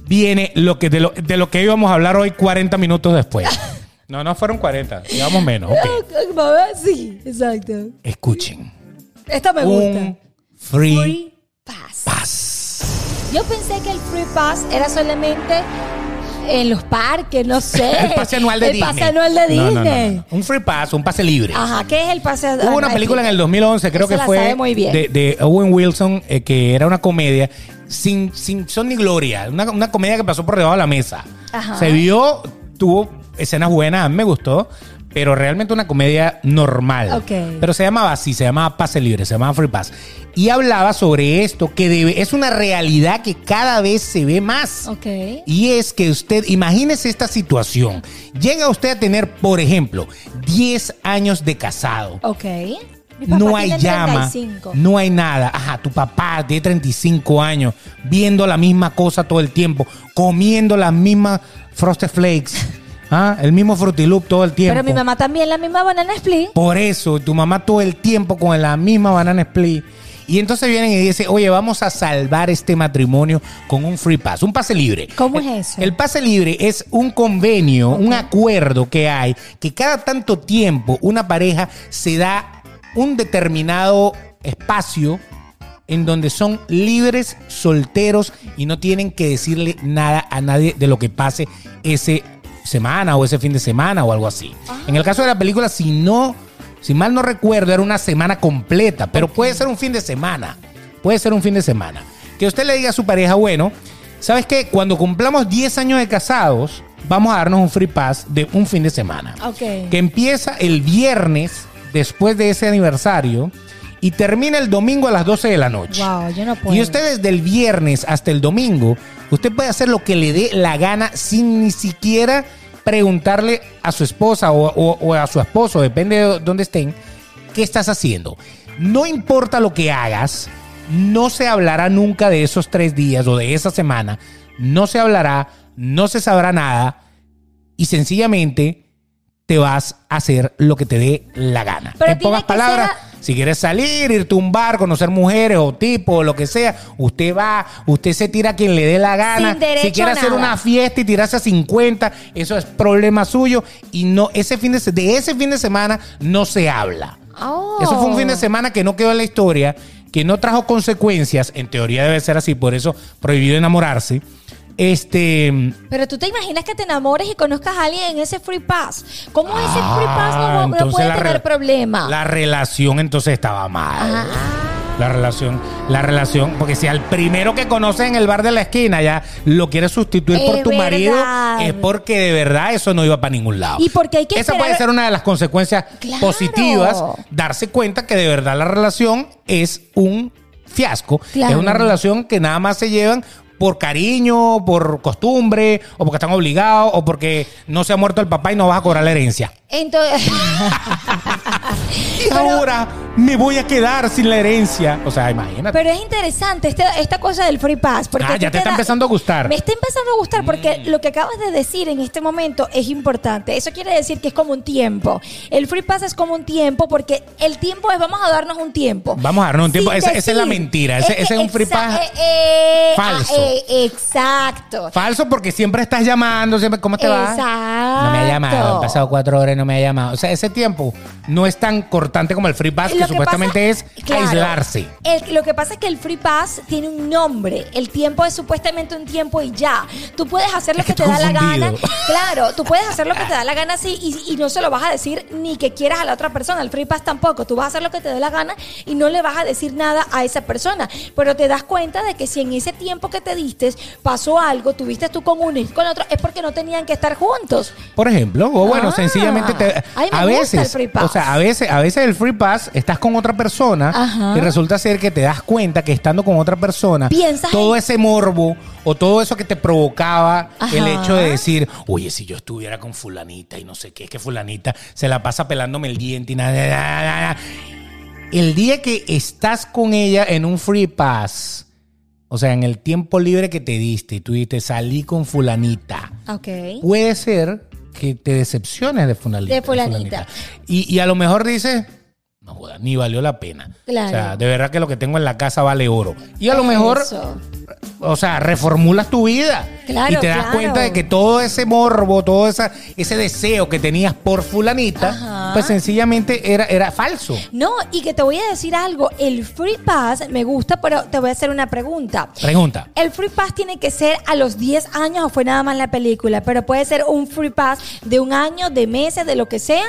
[SPEAKER 1] Viene lo que de, lo, de lo que íbamos a hablar hoy 40 minutos después. No, no fueron 40, digamos menos.
[SPEAKER 3] Ah,
[SPEAKER 1] ok.
[SPEAKER 2] Sí, exacto.
[SPEAKER 1] Escuchen.
[SPEAKER 2] Esta me gusta.
[SPEAKER 1] Un free
[SPEAKER 3] Free pass.
[SPEAKER 1] pass.
[SPEAKER 3] Yo pensé que el free pass era solamente en los parques, no sé.
[SPEAKER 1] El pase anual de
[SPEAKER 3] el
[SPEAKER 1] Disney.
[SPEAKER 3] pase anual de
[SPEAKER 1] No,
[SPEAKER 3] Disney.
[SPEAKER 1] no, no, no. Un free pass, un pase libre.
[SPEAKER 3] Ajá, ¿qué es el pase anual?
[SPEAKER 1] Hubo una película en el 2011, creo
[SPEAKER 3] Esa
[SPEAKER 1] que
[SPEAKER 3] la
[SPEAKER 1] fue
[SPEAKER 3] sabe muy bien.
[SPEAKER 1] De, de Owen Wilson, eh, que era una comedia sin, sin son ni gloria, una, una comedia que pasó por debajo de la mesa.
[SPEAKER 3] Ajá.
[SPEAKER 1] Se vio, tuvo escenas buenas, a mí me gustó, pero realmente una comedia normal.
[SPEAKER 2] Ok.
[SPEAKER 1] Pero se llamaba así, se llamaba Pase Libre, se llamaba Free Pass. Y hablaba sobre esto, que debe- es una realidad que cada vez se ve más.
[SPEAKER 2] Ok.
[SPEAKER 1] Y es que usted, imagínese esta situación. Llega usted a tener, por ejemplo, 10 años de casado.
[SPEAKER 2] Ok.
[SPEAKER 3] Mi papá
[SPEAKER 1] No hay
[SPEAKER 3] tiene
[SPEAKER 1] llama,
[SPEAKER 3] 35.
[SPEAKER 1] no hay nada. Ajá, tu papá de 35 años, viendo la misma cosa todo el tiempo, comiendo las mismas Frosted Flakes, ¿ah? el mismo Frutiloop todo el tiempo.
[SPEAKER 3] Pero mi mamá también, la misma banana split.
[SPEAKER 1] Por eso, tu mamá todo el tiempo con la misma banana split. Y entonces vienen y dicen, oye, vamos a salvar este matrimonio con un free pass, un pase libre.
[SPEAKER 2] ¿Cómo
[SPEAKER 1] El-
[SPEAKER 2] es eso?
[SPEAKER 1] El pase libre es un convenio, un acuerdo que hay, que cada tanto tiempo una pareja se da un determinado espacio en donde son libres, solteros y no tienen que decirle nada a nadie de lo que pase ese semana o ese fin de semana o algo así. En el caso de la película, si no, si mal no recuerdo, era una semana completa, pero puede ser un fin de semana. Puede ser un fin de semana. Que usted le diga a su pareja, bueno, ¿Sabes qué? Cuando cumplamos 10 años de casados, vamos a darnos un free pass de un fin de semana.
[SPEAKER 2] Ok.
[SPEAKER 1] Que empieza el viernes después de ese aniversario y termina el domingo a las 12 de la noche.
[SPEAKER 2] Wow, yo no puedo.
[SPEAKER 1] Y usted desde el viernes hasta el domingo, usted puede hacer lo que le dé la gana sin ni siquiera preguntarle a su esposa o, o- o a su esposo, depende de dónde estén, qué estás haciendo. No importa lo que hagas, no se hablará nunca de esos tres días o de esa semana. No se hablará, no se sabrá nada y sencillamente te vas a hacer lo que te dé la gana.
[SPEAKER 2] Pero
[SPEAKER 1] en
[SPEAKER 2] tiene
[SPEAKER 1] pocas
[SPEAKER 2] que
[SPEAKER 1] palabras,
[SPEAKER 2] ser a-
[SPEAKER 1] si quieres salir, irte a un bar, conocer mujeres o tipos o lo que sea, usted va, usted se tira a quien le dé la gana.
[SPEAKER 2] Sin derecho
[SPEAKER 1] si quiere
[SPEAKER 2] a
[SPEAKER 1] hacer
[SPEAKER 2] nada.
[SPEAKER 1] una fiesta y tirarse a 50, eso es problema suyo y no ese fin de se- de ese fin de semana no se habla.
[SPEAKER 2] Oh.
[SPEAKER 1] Eso fue un fin de semana que no quedó en la historia, que no trajo consecuencias, en teoría debe ser así, por eso prohibido enamorarse. Este,
[SPEAKER 2] Pero tú te imaginas que te enamores y conozcas a alguien en ese free pass. ¿Cómo ese free pass no,
[SPEAKER 1] Ah,
[SPEAKER 2] va- no
[SPEAKER 1] entonces
[SPEAKER 2] puede
[SPEAKER 1] la re-
[SPEAKER 2] tener problema?
[SPEAKER 1] La relación entonces estaba mal.
[SPEAKER 2] Ah,
[SPEAKER 1] La relación, la relación, porque si al primero que conoces en el bar de la esquina ya lo quieres sustituir
[SPEAKER 2] Es
[SPEAKER 1] por tu marido,
[SPEAKER 2] verdad.
[SPEAKER 1] es porque de verdad eso no iba para ningún lado.
[SPEAKER 2] Y porque hay que
[SPEAKER 1] Esa
[SPEAKER 2] esperar-
[SPEAKER 1] puede ser una de las consecuencias
[SPEAKER 2] Claro.
[SPEAKER 1] positivas, darse cuenta que de verdad la relación es un fiasco.
[SPEAKER 2] Claro.
[SPEAKER 1] Es una relación que nada más se llevan por cariño, por costumbre, o porque están obligados, o porque no se ha muerto el papá y no vas a cobrar la herencia.
[SPEAKER 2] Entonces,
[SPEAKER 1] Y ahora me voy a quedar sin la herencia. O sea, imagínate.
[SPEAKER 2] pero es interesante este- esta cosa del free pass. Porque
[SPEAKER 1] Ah,
[SPEAKER 2] tú
[SPEAKER 1] ya te está
[SPEAKER 2] da-
[SPEAKER 1] empezando a gustar.
[SPEAKER 2] Me está empezando a gustar porque lo que acabas de decir en este momento es importante. Eso quiere decir que es como un tiempo. El free pass es como un tiempo porque el tiempo es vamos a darnos un tiempo.
[SPEAKER 1] Vamos a darnos un tiempo.
[SPEAKER 2] Sin
[SPEAKER 1] Esa- esa es la
[SPEAKER 2] decir.
[SPEAKER 1] mentira. Ese-
[SPEAKER 2] que
[SPEAKER 1] ese es un free
[SPEAKER 2] exa-
[SPEAKER 1] pass
[SPEAKER 2] eh, eh,
[SPEAKER 1] falso.
[SPEAKER 2] ah, eh, exacto.
[SPEAKER 1] Falso porque siempre estás llamando, siempre, ¿cómo te va?
[SPEAKER 2] Exacto.
[SPEAKER 1] No me ha llamado, han pasado cuatro horas y no me ha llamado. O sea, ese tiempo no es tan cortante como el free pass, que,
[SPEAKER 2] Eh, Lo
[SPEAKER 1] supuestamente
[SPEAKER 2] pasa-
[SPEAKER 1] es
[SPEAKER 2] claro.
[SPEAKER 1] aislarse.
[SPEAKER 2] El- lo que pasa es que el free pass tiene un nombre. El tiempo es supuestamente un tiempo y ya. Tú puedes hacer lo
[SPEAKER 1] Es
[SPEAKER 2] que,
[SPEAKER 1] que
[SPEAKER 2] te
[SPEAKER 1] estoy
[SPEAKER 2] da la gana.
[SPEAKER 1] confundido.
[SPEAKER 2] Claro, tú puedes hacer lo que te da la gana sí, y, y no se lo vas a decir ni que quieras a la otra persona. El free pass tampoco. Tú vas a hacer lo que te dé la gana y no le vas a decir nada a esa persona. Pero te das cuenta de que si en ese tiempo que te diste pasó algo, tuviste tú con uno y con otro, es porque no tenían que estar juntos.
[SPEAKER 1] Por ejemplo, o bueno,
[SPEAKER 2] Ah.
[SPEAKER 1] sencillamente te,
[SPEAKER 2] Ay, me
[SPEAKER 1] a
[SPEAKER 2] gusta
[SPEAKER 1] veces,
[SPEAKER 2] el free pass.
[SPEAKER 1] o sea, a veces, a veces el free pass estás con otra persona
[SPEAKER 2] Ajá.
[SPEAKER 1] y resulta ser que te das cuenta que estando con otra persona,
[SPEAKER 2] Piensas
[SPEAKER 1] todo
[SPEAKER 2] en-
[SPEAKER 1] ese morbo o todo eso que te provocaba
[SPEAKER 2] Ajá.
[SPEAKER 1] el hecho de decir, oye, si yo estuviera con fulanita y no sé qué, es que fulanita se la pasa pelándome el diente y nada, nada, nada, nada". El día que estás con ella en un free pass, o sea, en el tiempo libre que te diste y tú dijiste, salí con fulanita
[SPEAKER 2] Ok.
[SPEAKER 1] puede ser que te decepciones de fulanita.
[SPEAKER 2] De fulanita.
[SPEAKER 1] Y, y a lo mejor dices, no joda, ni valió la pena.
[SPEAKER 2] Claro.
[SPEAKER 1] O sea, de verdad que lo que tengo en la casa vale oro. Y a lo mejor,
[SPEAKER 2] Eso.
[SPEAKER 1] o sea, reformulas tu vida.
[SPEAKER 2] Claro,
[SPEAKER 1] y te das
[SPEAKER 2] claro.
[SPEAKER 1] cuenta de que todo ese morbo, todo esa, ese deseo que tenías por fulanita,
[SPEAKER 2] Ajá.
[SPEAKER 1] pues sencillamente era, era falso.
[SPEAKER 2] No, y que te voy a decir algo. El Free Pass me gusta, pero te voy a hacer una pregunta.
[SPEAKER 1] Pregunta.
[SPEAKER 2] El Free Pass tiene que ser a los 10 años o fue nada más la película, pero puede ser un Free Pass de un año, de meses, de lo que sea.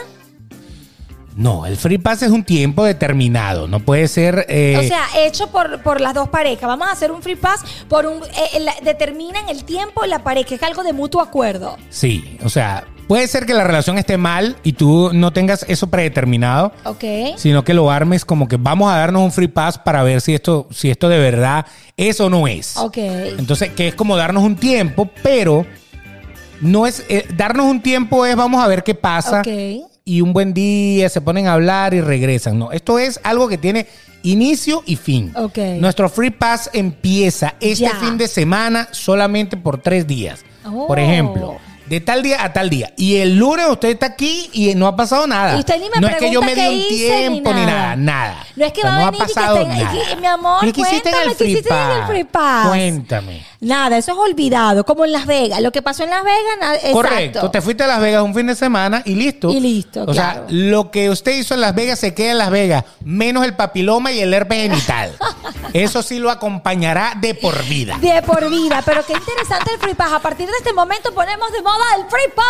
[SPEAKER 1] No, el free pass es un tiempo determinado. No puede ser. eh,
[SPEAKER 2] o sea, hecho por, por las dos parejas. Vamos a hacer un Free Pass por un... eh, eh, la- determinan el tiempo y la pareja, es algo de mutuo acuerdo.
[SPEAKER 1] Sí, o sea, puede ser que la relación esté mal y tú no tengas eso predeterminado,
[SPEAKER 2] ¿Ok?
[SPEAKER 1] sino que lo armes como que vamos a darnos un free pass para ver si esto, si esto de verdad es o no es.
[SPEAKER 2] Ok.
[SPEAKER 1] Entonces, que es como darnos un tiempo, pero no es eh, darnos un tiempo es vamos a ver qué pasa
[SPEAKER 2] Ok.
[SPEAKER 1] y un buen día se ponen a hablar y regresan. No, esto es algo que tiene inicio y fin.
[SPEAKER 2] Ok.
[SPEAKER 1] Nuestro free pass empieza este
[SPEAKER 2] Ya.
[SPEAKER 1] fin de semana solamente por tres días.
[SPEAKER 2] Oh.
[SPEAKER 1] Por ejemplo. De tal día a tal día. Y el lunes usted está aquí y no ha pasado nada.
[SPEAKER 2] Y usted ni me
[SPEAKER 1] no es que yo me
[SPEAKER 2] pregunta
[SPEAKER 1] di un
[SPEAKER 2] qué hice ni
[SPEAKER 1] tiempo ni nada.
[SPEAKER 2] nada.
[SPEAKER 1] nada.
[SPEAKER 2] No es que va a venir y que tenga- y que, mi amor,
[SPEAKER 1] ¿Y qué hiciste en el
[SPEAKER 2] cuéntame, ¿qué
[SPEAKER 1] free
[SPEAKER 2] hiciste en el
[SPEAKER 1] pass?
[SPEAKER 2] free pass?
[SPEAKER 1] Cuéntame.
[SPEAKER 2] Nada, eso es olvidado, como en Las Vegas. Lo que pasó en Las Vegas, na- exacto.
[SPEAKER 1] Correcto, te fuiste a Las Vegas un fin de semana y listo.
[SPEAKER 2] Y listo,
[SPEAKER 1] O
[SPEAKER 2] claro.
[SPEAKER 1] sea, lo que usted hizo en Las Vegas se queda en Las Vegas, menos el papiloma y el herpes genital. Eso sí lo acompañará de por vida.
[SPEAKER 2] De por vida, pero qué interesante el free pass. A partir de este momento ponemos de moda el free
[SPEAKER 1] ¡Eh!
[SPEAKER 2] pass.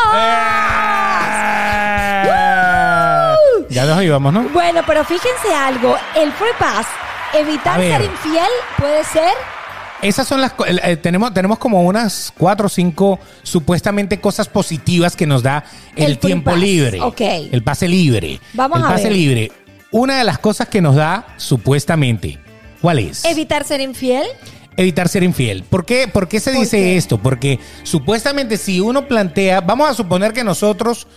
[SPEAKER 1] Ah. Ya nos íbamos, ¿no?
[SPEAKER 2] Bueno, pero fíjense algo, el free pass,
[SPEAKER 1] A
[SPEAKER 2] evitar
[SPEAKER 1] ver.
[SPEAKER 2] ser infiel puede ser
[SPEAKER 1] Esas son las co- el- eh, tenemos tenemos como unas cuatro o cinco supuestamente cosas positivas que nos da el,
[SPEAKER 2] El free
[SPEAKER 1] tiempo
[SPEAKER 2] pass,
[SPEAKER 1] libre,
[SPEAKER 2] ok.
[SPEAKER 1] el pase libre,
[SPEAKER 2] Vamos
[SPEAKER 1] el
[SPEAKER 2] a
[SPEAKER 1] pase
[SPEAKER 2] ver.
[SPEAKER 1] libre. Una de las cosas que nos da supuestamente, ¿cuál es?
[SPEAKER 2] Evitar ser infiel.
[SPEAKER 1] Evitar ser infiel. ¿Por qué, por qué se
[SPEAKER 2] ¿Por
[SPEAKER 1] dice
[SPEAKER 2] qué?
[SPEAKER 1] esto? Porque supuestamente si uno plantea, vamos a suponer que nosotros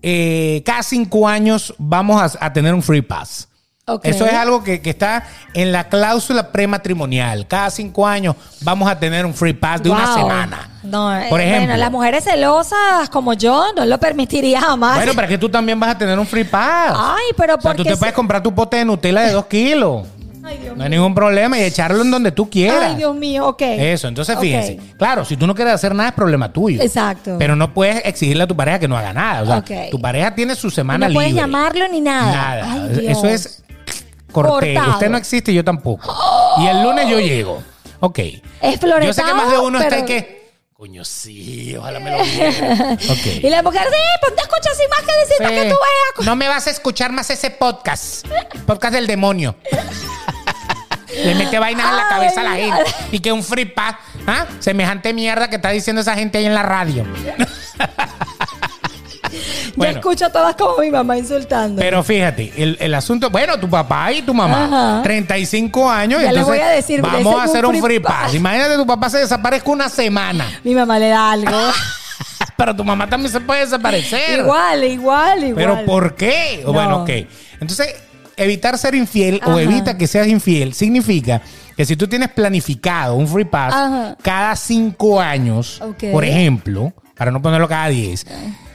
[SPEAKER 1] eh, cada cinco años vamos a, a tener un free pass.
[SPEAKER 2] Ok.
[SPEAKER 1] Eso es algo que, que está en la cláusula prematrimonial. Cada cinco años vamos a tener un free pass de una
[SPEAKER 2] Wow.
[SPEAKER 1] semana.
[SPEAKER 2] No, eh,
[SPEAKER 1] Por ejemplo.
[SPEAKER 2] Bueno, las mujeres celosas como yo no lo permitiría jamás.
[SPEAKER 1] Bueno, pero es que tú también vas a tener un free pass.
[SPEAKER 2] Ay, pero
[SPEAKER 1] O sea,
[SPEAKER 2] Ah, porque...
[SPEAKER 1] tú te
[SPEAKER 2] se-
[SPEAKER 1] puedes comprar tu pote de Nutella de dos kilos.
[SPEAKER 2] Ay, Dios
[SPEAKER 1] No hay ningún problema y echarlo en donde tú quieras.
[SPEAKER 2] Ay, Dios mío, ok.
[SPEAKER 1] Eso, entonces
[SPEAKER 2] Ok.
[SPEAKER 1] fíjense. Claro, si tú no quieres hacer nada es problema tuyo.
[SPEAKER 2] Exacto.
[SPEAKER 1] Pero no puedes exigirle a tu pareja que no haga nada. O sea,
[SPEAKER 2] Ok.
[SPEAKER 1] tu pareja tiene su
[SPEAKER 2] Y
[SPEAKER 1] semana
[SPEAKER 2] No puedes
[SPEAKER 1] libre.
[SPEAKER 2] llamarlo ni nada.
[SPEAKER 1] Nada.
[SPEAKER 2] Ay,
[SPEAKER 1] Eso
[SPEAKER 2] Dios.
[SPEAKER 1] es corté.
[SPEAKER 2] Cortado.
[SPEAKER 1] Usted no existe, yo tampoco. Y el lunes yo llego. Ok.
[SPEAKER 2] Es floretado,
[SPEAKER 1] Yo sé que más de uno está
[SPEAKER 2] pero-
[SPEAKER 1] ahí que. Coño, sí, ojalá me lo viera.
[SPEAKER 2] Y
[SPEAKER 1] Ok.
[SPEAKER 2] la mujer, sí, pues, ponte a escuchar sin más que decirte que tú veas.
[SPEAKER 1] No me vas a escuchar más ese podcast. El podcast del demonio. Le mete vainas en la
[SPEAKER 2] Ay,
[SPEAKER 1] cabeza a la
[SPEAKER 2] Dios.
[SPEAKER 1] gente. Y que un free pass. ¿ah? Semejante mierda que está diciendo esa gente ahí en la radio.
[SPEAKER 2] Yo
[SPEAKER 1] bueno,
[SPEAKER 2] escucho a todas como mi mamá insultando.
[SPEAKER 1] pero fíjate, el, el asunto. Bueno, tu papá y tu mamá.
[SPEAKER 2] Ajá.
[SPEAKER 1] 35 años.
[SPEAKER 2] Ya le
[SPEAKER 1] entonces
[SPEAKER 2] voy a decir,
[SPEAKER 1] vamos
[SPEAKER 2] desen
[SPEAKER 1] a
[SPEAKER 2] un
[SPEAKER 1] hacer un
[SPEAKER 2] free
[SPEAKER 1] free
[SPEAKER 2] pass.
[SPEAKER 1] pass. Imagínate, tu papá se desaparezca una semana.
[SPEAKER 2] mi mamá le da algo.
[SPEAKER 1] Ah, Pero tu mamá también se puede desaparecer.
[SPEAKER 2] igual, igual, igual.
[SPEAKER 1] ¿Pero por qué? O
[SPEAKER 2] No.
[SPEAKER 1] Bueno, ok. Entonces, evitar ser infiel o
[SPEAKER 2] Ajá.
[SPEAKER 1] evita que seas infiel significa que si tú tienes planificado un free pass
[SPEAKER 2] Ajá.
[SPEAKER 1] cada cinco años,
[SPEAKER 2] Ok.
[SPEAKER 1] por ejemplo, para no ponerlo cada diez,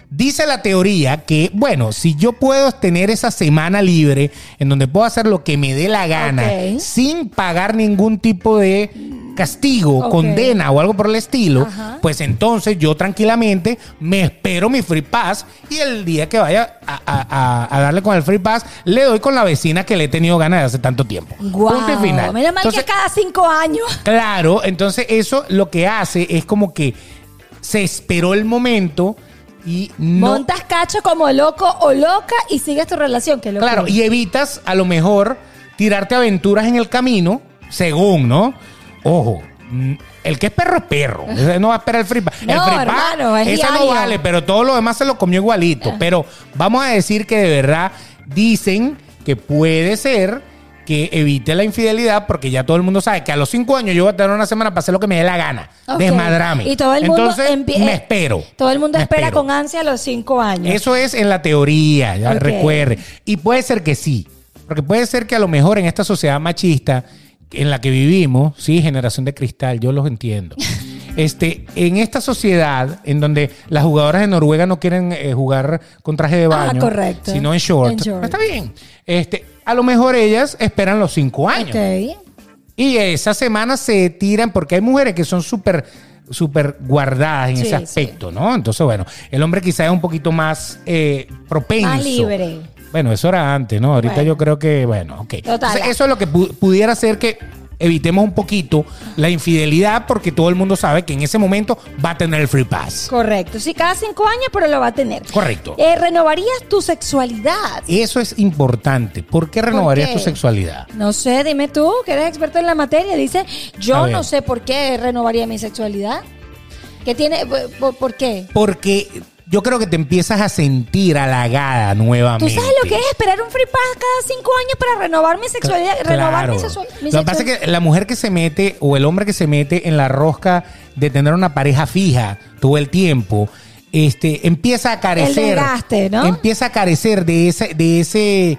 [SPEAKER 1] dice la teoría que, bueno, si yo puedo tener esa semana libre en donde puedo hacer lo que me dé la gana
[SPEAKER 2] Ok.
[SPEAKER 1] sin pagar ningún tipo de castigo,
[SPEAKER 2] Ok.
[SPEAKER 1] condena o algo por el estilo,
[SPEAKER 2] Ajá.
[SPEAKER 1] pues entonces yo tranquilamente me espero mi free pass y el día que vaya a, a- a- a darle con el free pass, le doy con la vecina que le he tenido ganas de hace tanto tiempo.
[SPEAKER 2] Guau.
[SPEAKER 1] Punto y final.
[SPEAKER 2] Menos mal
[SPEAKER 1] Entonces,
[SPEAKER 2] que cada cinco años.
[SPEAKER 1] Claro, entonces eso lo que hace es como que se esperó el momento y no...
[SPEAKER 2] Montas cacho como loco o loca y sigues tu relación. Que
[SPEAKER 1] Claro, y evitas a lo mejor tirarte aventuras en el camino, según, ¿no? Ojo, mm, el que es perro es perro. Ese no va a esperar el free pass.
[SPEAKER 2] No,
[SPEAKER 1] el free
[SPEAKER 2] hermano, es
[SPEAKER 1] ese no
[SPEAKER 2] diario. Ah.
[SPEAKER 1] vale, pero todo lo demás se lo comió igualito. Pero vamos a decir que de verdad dicen que puede ser que evite la infidelidad porque ya todo el mundo sabe que a los cinco años yo voy a tener una semana para hacer lo que me dé la gana.
[SPEAKER 2] Ok.
[SPEAKER 1] Desmadrame.
[SPEAKER 2] Y todo el mundo
[SPEAKER 1] Entonces,
[SPEAKER 2] empie- eh,
[SPEAKER 1] me espero.
[SPEAKER 2] Todo el mundo
[SPEAKER 1] Me
[SPEAKER 2] espera
[SPEAKER 1] espero.
[SPEAKER 2] con ansia los cinco años.
[SPEAKER 1] Eso es en la teoría, ya
[SPEAKER 2] Ok.
[SPEAKER 1] recuerde. Y puede ser que sí, porque puede ser que a lo mejor en esta sociedad machista en la que vivimos, sí, generación de cristal, yo los entiendo. Este, en esta sociedad en donde las jugadoras de Noruega no quieren eh, jugar con traje de
[SPEAKER 2] Ah,
[SPEAKER 1] baño,
[SPEAKER 2] correcto.
[SPEAKER 1] sino en short,
[SPEAKER 2] En short.
[SPEAKER 1] está bien. Este, a lo mejor ellas esperan los cinco años.
[SPEAKER 2] Ok.
[SPEAKER 1] Y esa semana se tiran porque hay mujeres que son súper súper guardadas en
[SPEAKER 2] Sí,
[SPEAKER 1] ese
[SPEAKER 2] sí.
[SPEAKER 1] aspecto, ¿no? Entonces, bueno, el hombre quizá es un poquito más eh, propenso.
[SPEAKER 2] Más libre.
[SPEAKER 1] Bueno, eso era antes, ¿no? Ahorita
[SPEAKER 2] Bueno.
[SPEAKER 1] yo creo que, bueno, ok.
[SPEAKER 2] Total.
[SPEAKER 1] Entonces, eso es lo que pu- pudiera ser que evitemos un poquito la infidelidad porque todo el mundo sabe que en ese momento va a tener el free pass.
[SPEAKER 2] Correcto. Sí, cada cinco años, pero lo va a tener.
[SPEAKER 1] Correcto.
[SPEAKER 2] Eh, renovarías tu sexualidad.
[SPEAKER 1] Eso es importante. ¿Por qué renovarías
[SPEAKER 2] qué?
[SPEAKER 1] tu sexualidad?
[SPEAKER 2] No sé, dime tú, que eres experto en la materia. Dice,
[SPEAKER 1] A
[SPEAKER 2] yo
[SPEAKER 1] ver.
[SPEAKER 2] no sé por qué renovaría mi sexualidad. ¿Qué tiene? ¿Por, por- por qué?
[SPEAKER 1] Porque yo creo que te empiezas a sentir halagada
[SPEAKER 2] ¿Tú
[SPEAKER 1] nuevamente.
[SPEAKER 2] sabes lo que es esperar un free pass cada cinco años para renovar mi sexualidad? Renovar mi,
[SPEAKER 1] Claro.
[SPEAKER 2] sexual- mi
[SPEAKER 1] Lo que pasa
[SPEAKER 2] sexualidad.
[SPEAKER 1] es que la mujer que se mete o el hombre que se mete en la rosca de tener una pareja fija todo el tiempo, este, empieza a carecer.
[SPEAKER 2] desgaste, ¿no?
[SPEAKER 1] Empieza a carecer de ese, de ese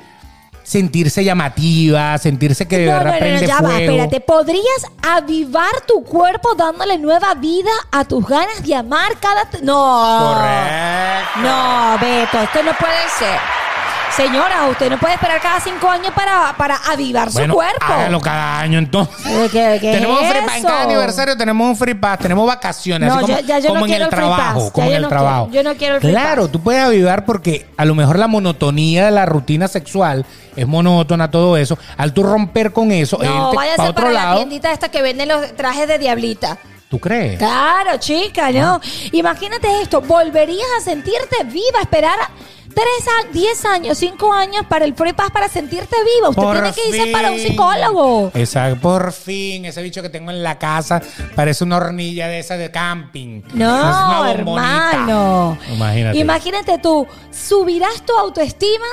[SPEAKER 1] sentirse llamativa, sentirse que de
[SPEAKER 2] No,
[SPEAKER 1] verdad
[SPEAKER 2] no, no, no,
[SPEAKER 1] prende
[SPEAKER 2] ya va,
[SPEAKER 1] fuego.
[SPEAKER 2] espérate. ¿Podrías avivar tu cuerpo dándole nueva vida a tus ganas de amar cada... t- No.
[SPEAKER 1] Correcto.
[SPEAKER 2] No, Beto, esto no puede ser. Señora, usted no puede esperar cada cinco años para, para avivar
[SPEAKER 1] Bueno,
[SPEAKER 2] su cuerpo.
[SPEAKER 1] hágalo cada año entonces.
[SPEAKER 2] Eh, ¿Qué, qué
[SPEAKER 1] tenemos un
[SPEAKER 2] es
[SPEAKER 1] free pass en cada
[SPEAKER 2] eso?
[SPEAKER 1] aniversario, tenemos un free pass, tenemos vacaciones,
[SPEAKER 2] No,
[SPEAKER 1] así como,
[SPEAKER 2] ya- ya yo
[SPEAKER 1] como
[SPEAKER 2] no
[SPEAKER 1] en
[SPEAKER 2] quiero
[SPEAKER 1] el
[SPEAKER 2] el free
[SPEAKER 1] trabajo,
[SPEAKER 2] pass,
[SPEAKER 1] como
[SPEAKER 2] ya
[SPEAKER 1] en
[SPEAKER 2] yo
[SPEAKER 1] el
[SPEAKER 2] no
[SPEAKER 1] trabajo.
[SPEAKER 2] quiero- yo no quiero el free
[SPEAKER 1] Claro,
[SPEAKER 2] pass.
[SPEAKER 1] tú puedes avivar porque a lo mejor la monotonía de la rutina sexual es monótona todo eso, al tú romper con eso,
[SPEAKER 2] No,
[SPEAKER 1] irte
[SPEAKER 2] váyase
[SPEAKER 1] Eh, pa'
[SPEAKER 2] para,
[SPEAKER 1] otro
[SPEAKER 2] la
[SPEAKER 1] lado,
[SPEAKER 2] tiendita esta que vende los trajes de diablita.
[SPEAKER 1] ¿tú crees?
[SPEAKER 2] Claro, chica, ¿no? Imagínate esto, volverías a sentirte viva, esperar a- Tres a 10 años, 5 años para el free pass para sentirte viva. Usted
[SPEAKER 1] Por
[SPEAKER 2] tiene que irse
[SPEAKER 1] fin.
[SPEAKER 2] para un psicólogo.
[SPEAKER 1] Esa, por fin, ese bicho que tengo en la casa parece una hornilla de esa de camping. Es
[SPEAKER 2] No,
[SPEAKER 1] una bombonita.
[SPEAKER 2] hermano.
[SPEAKER 1] Imagínate.
[SPEAKER 2] Imagínate tú, subirás tu autoestima.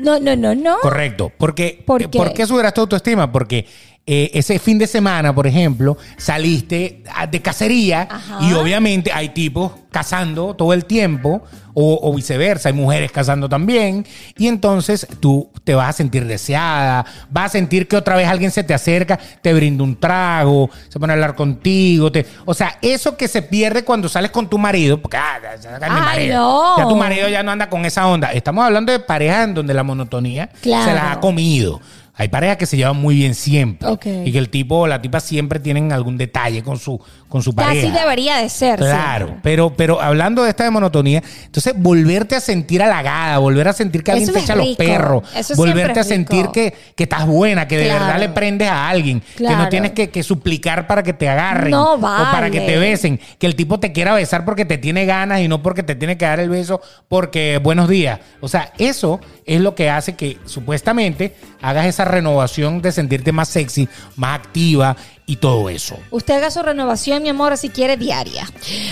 [SPEAKER 2] No, no, no, no.
[SPEAKER 1] Correcto. Porque,
[SPEAKER 2] ¿Por
[SPEAKER 1] eh,
[SPEAKER 2] qué?
[SPEAKER 1] ¿Por qué subirás tu autoestima? Porque eh, ese fin de semana, por ejemplo, saliste ah, de cacería
[SPEAKER 2] Ajá.
[SPEAKER 1] y obviamente hay tipos cazando todo el tiempo o, o viceversa, hay mujeres cazando también y entonces tú te vas a sentir deseada, vas a sentir que otra vez alguien se te acerca, te brinda un trago, se pone a hablar contigo, te- o sea, eso que se pierde cuando sales con tu marido, porque ah, ya- ya- ya mi
[SPEAKER 2] Ay,
[SPEAKER 1] marido,
[SPEAKER 2] no.
[SPEAKER 1] ya tu marido ya no anda con esa onda, estamos hablando de parejas en donde la monotonía
[SPEAKER 2] Claro.
[SPEAKER 1] se la ha comido. Hay parejas que se llevan muy bien siempre.
[SPEAKER 2] Ok.
[SPEAKER 1] Y que el tipo o la tipa siempre tienen algún detalle con su, con su
[SPEAKER 2] Ya
[SPEAKER 1] pareja.
[SPEAKER 2] así debería de ser. sí.
[SPEAKER 1] Claro, pero, pero hablando de esta de monotonía, entonces volverte a sentir halagada, volver a sentir que alguien
[SPEAKER 2] Eso
[SPEAKER 1] te
[SPEAKER 2] es
[SPEAKER 1] echa los
[SPEAKER 2] rico.
[SPEAKER 1] perros,
[SPEAKER 2] Eso siempre es
[SPEAKER 1] volverte a
[SPEAKER 2] rico.
[SPEAKER 1] sentir que, que estás buena, que de
[SPEAKER 2] Claro.
[SPEAKER 1] verdad le prendes a alguien, que no
[SPEAKER 2] Claro.
[SPEAKER 1] tienes que, que suplicar para que te agarren
[SPEAKER 2] No
[SPEAKER 1] o para que
[SPEAKER 2] vale.
[SPEAKER 1] te besen, que el tipo te quiera besar porque te tiene ganas y no porque te tiene que dar el beso porque buenos días. O sea, eso es lo que hace que supuestamente hagas esa renovación de sentirte más sexy, más activa y todo eso.
[SPEAKER 2] Usted haga su renovación, mi amor, si quiere diaria.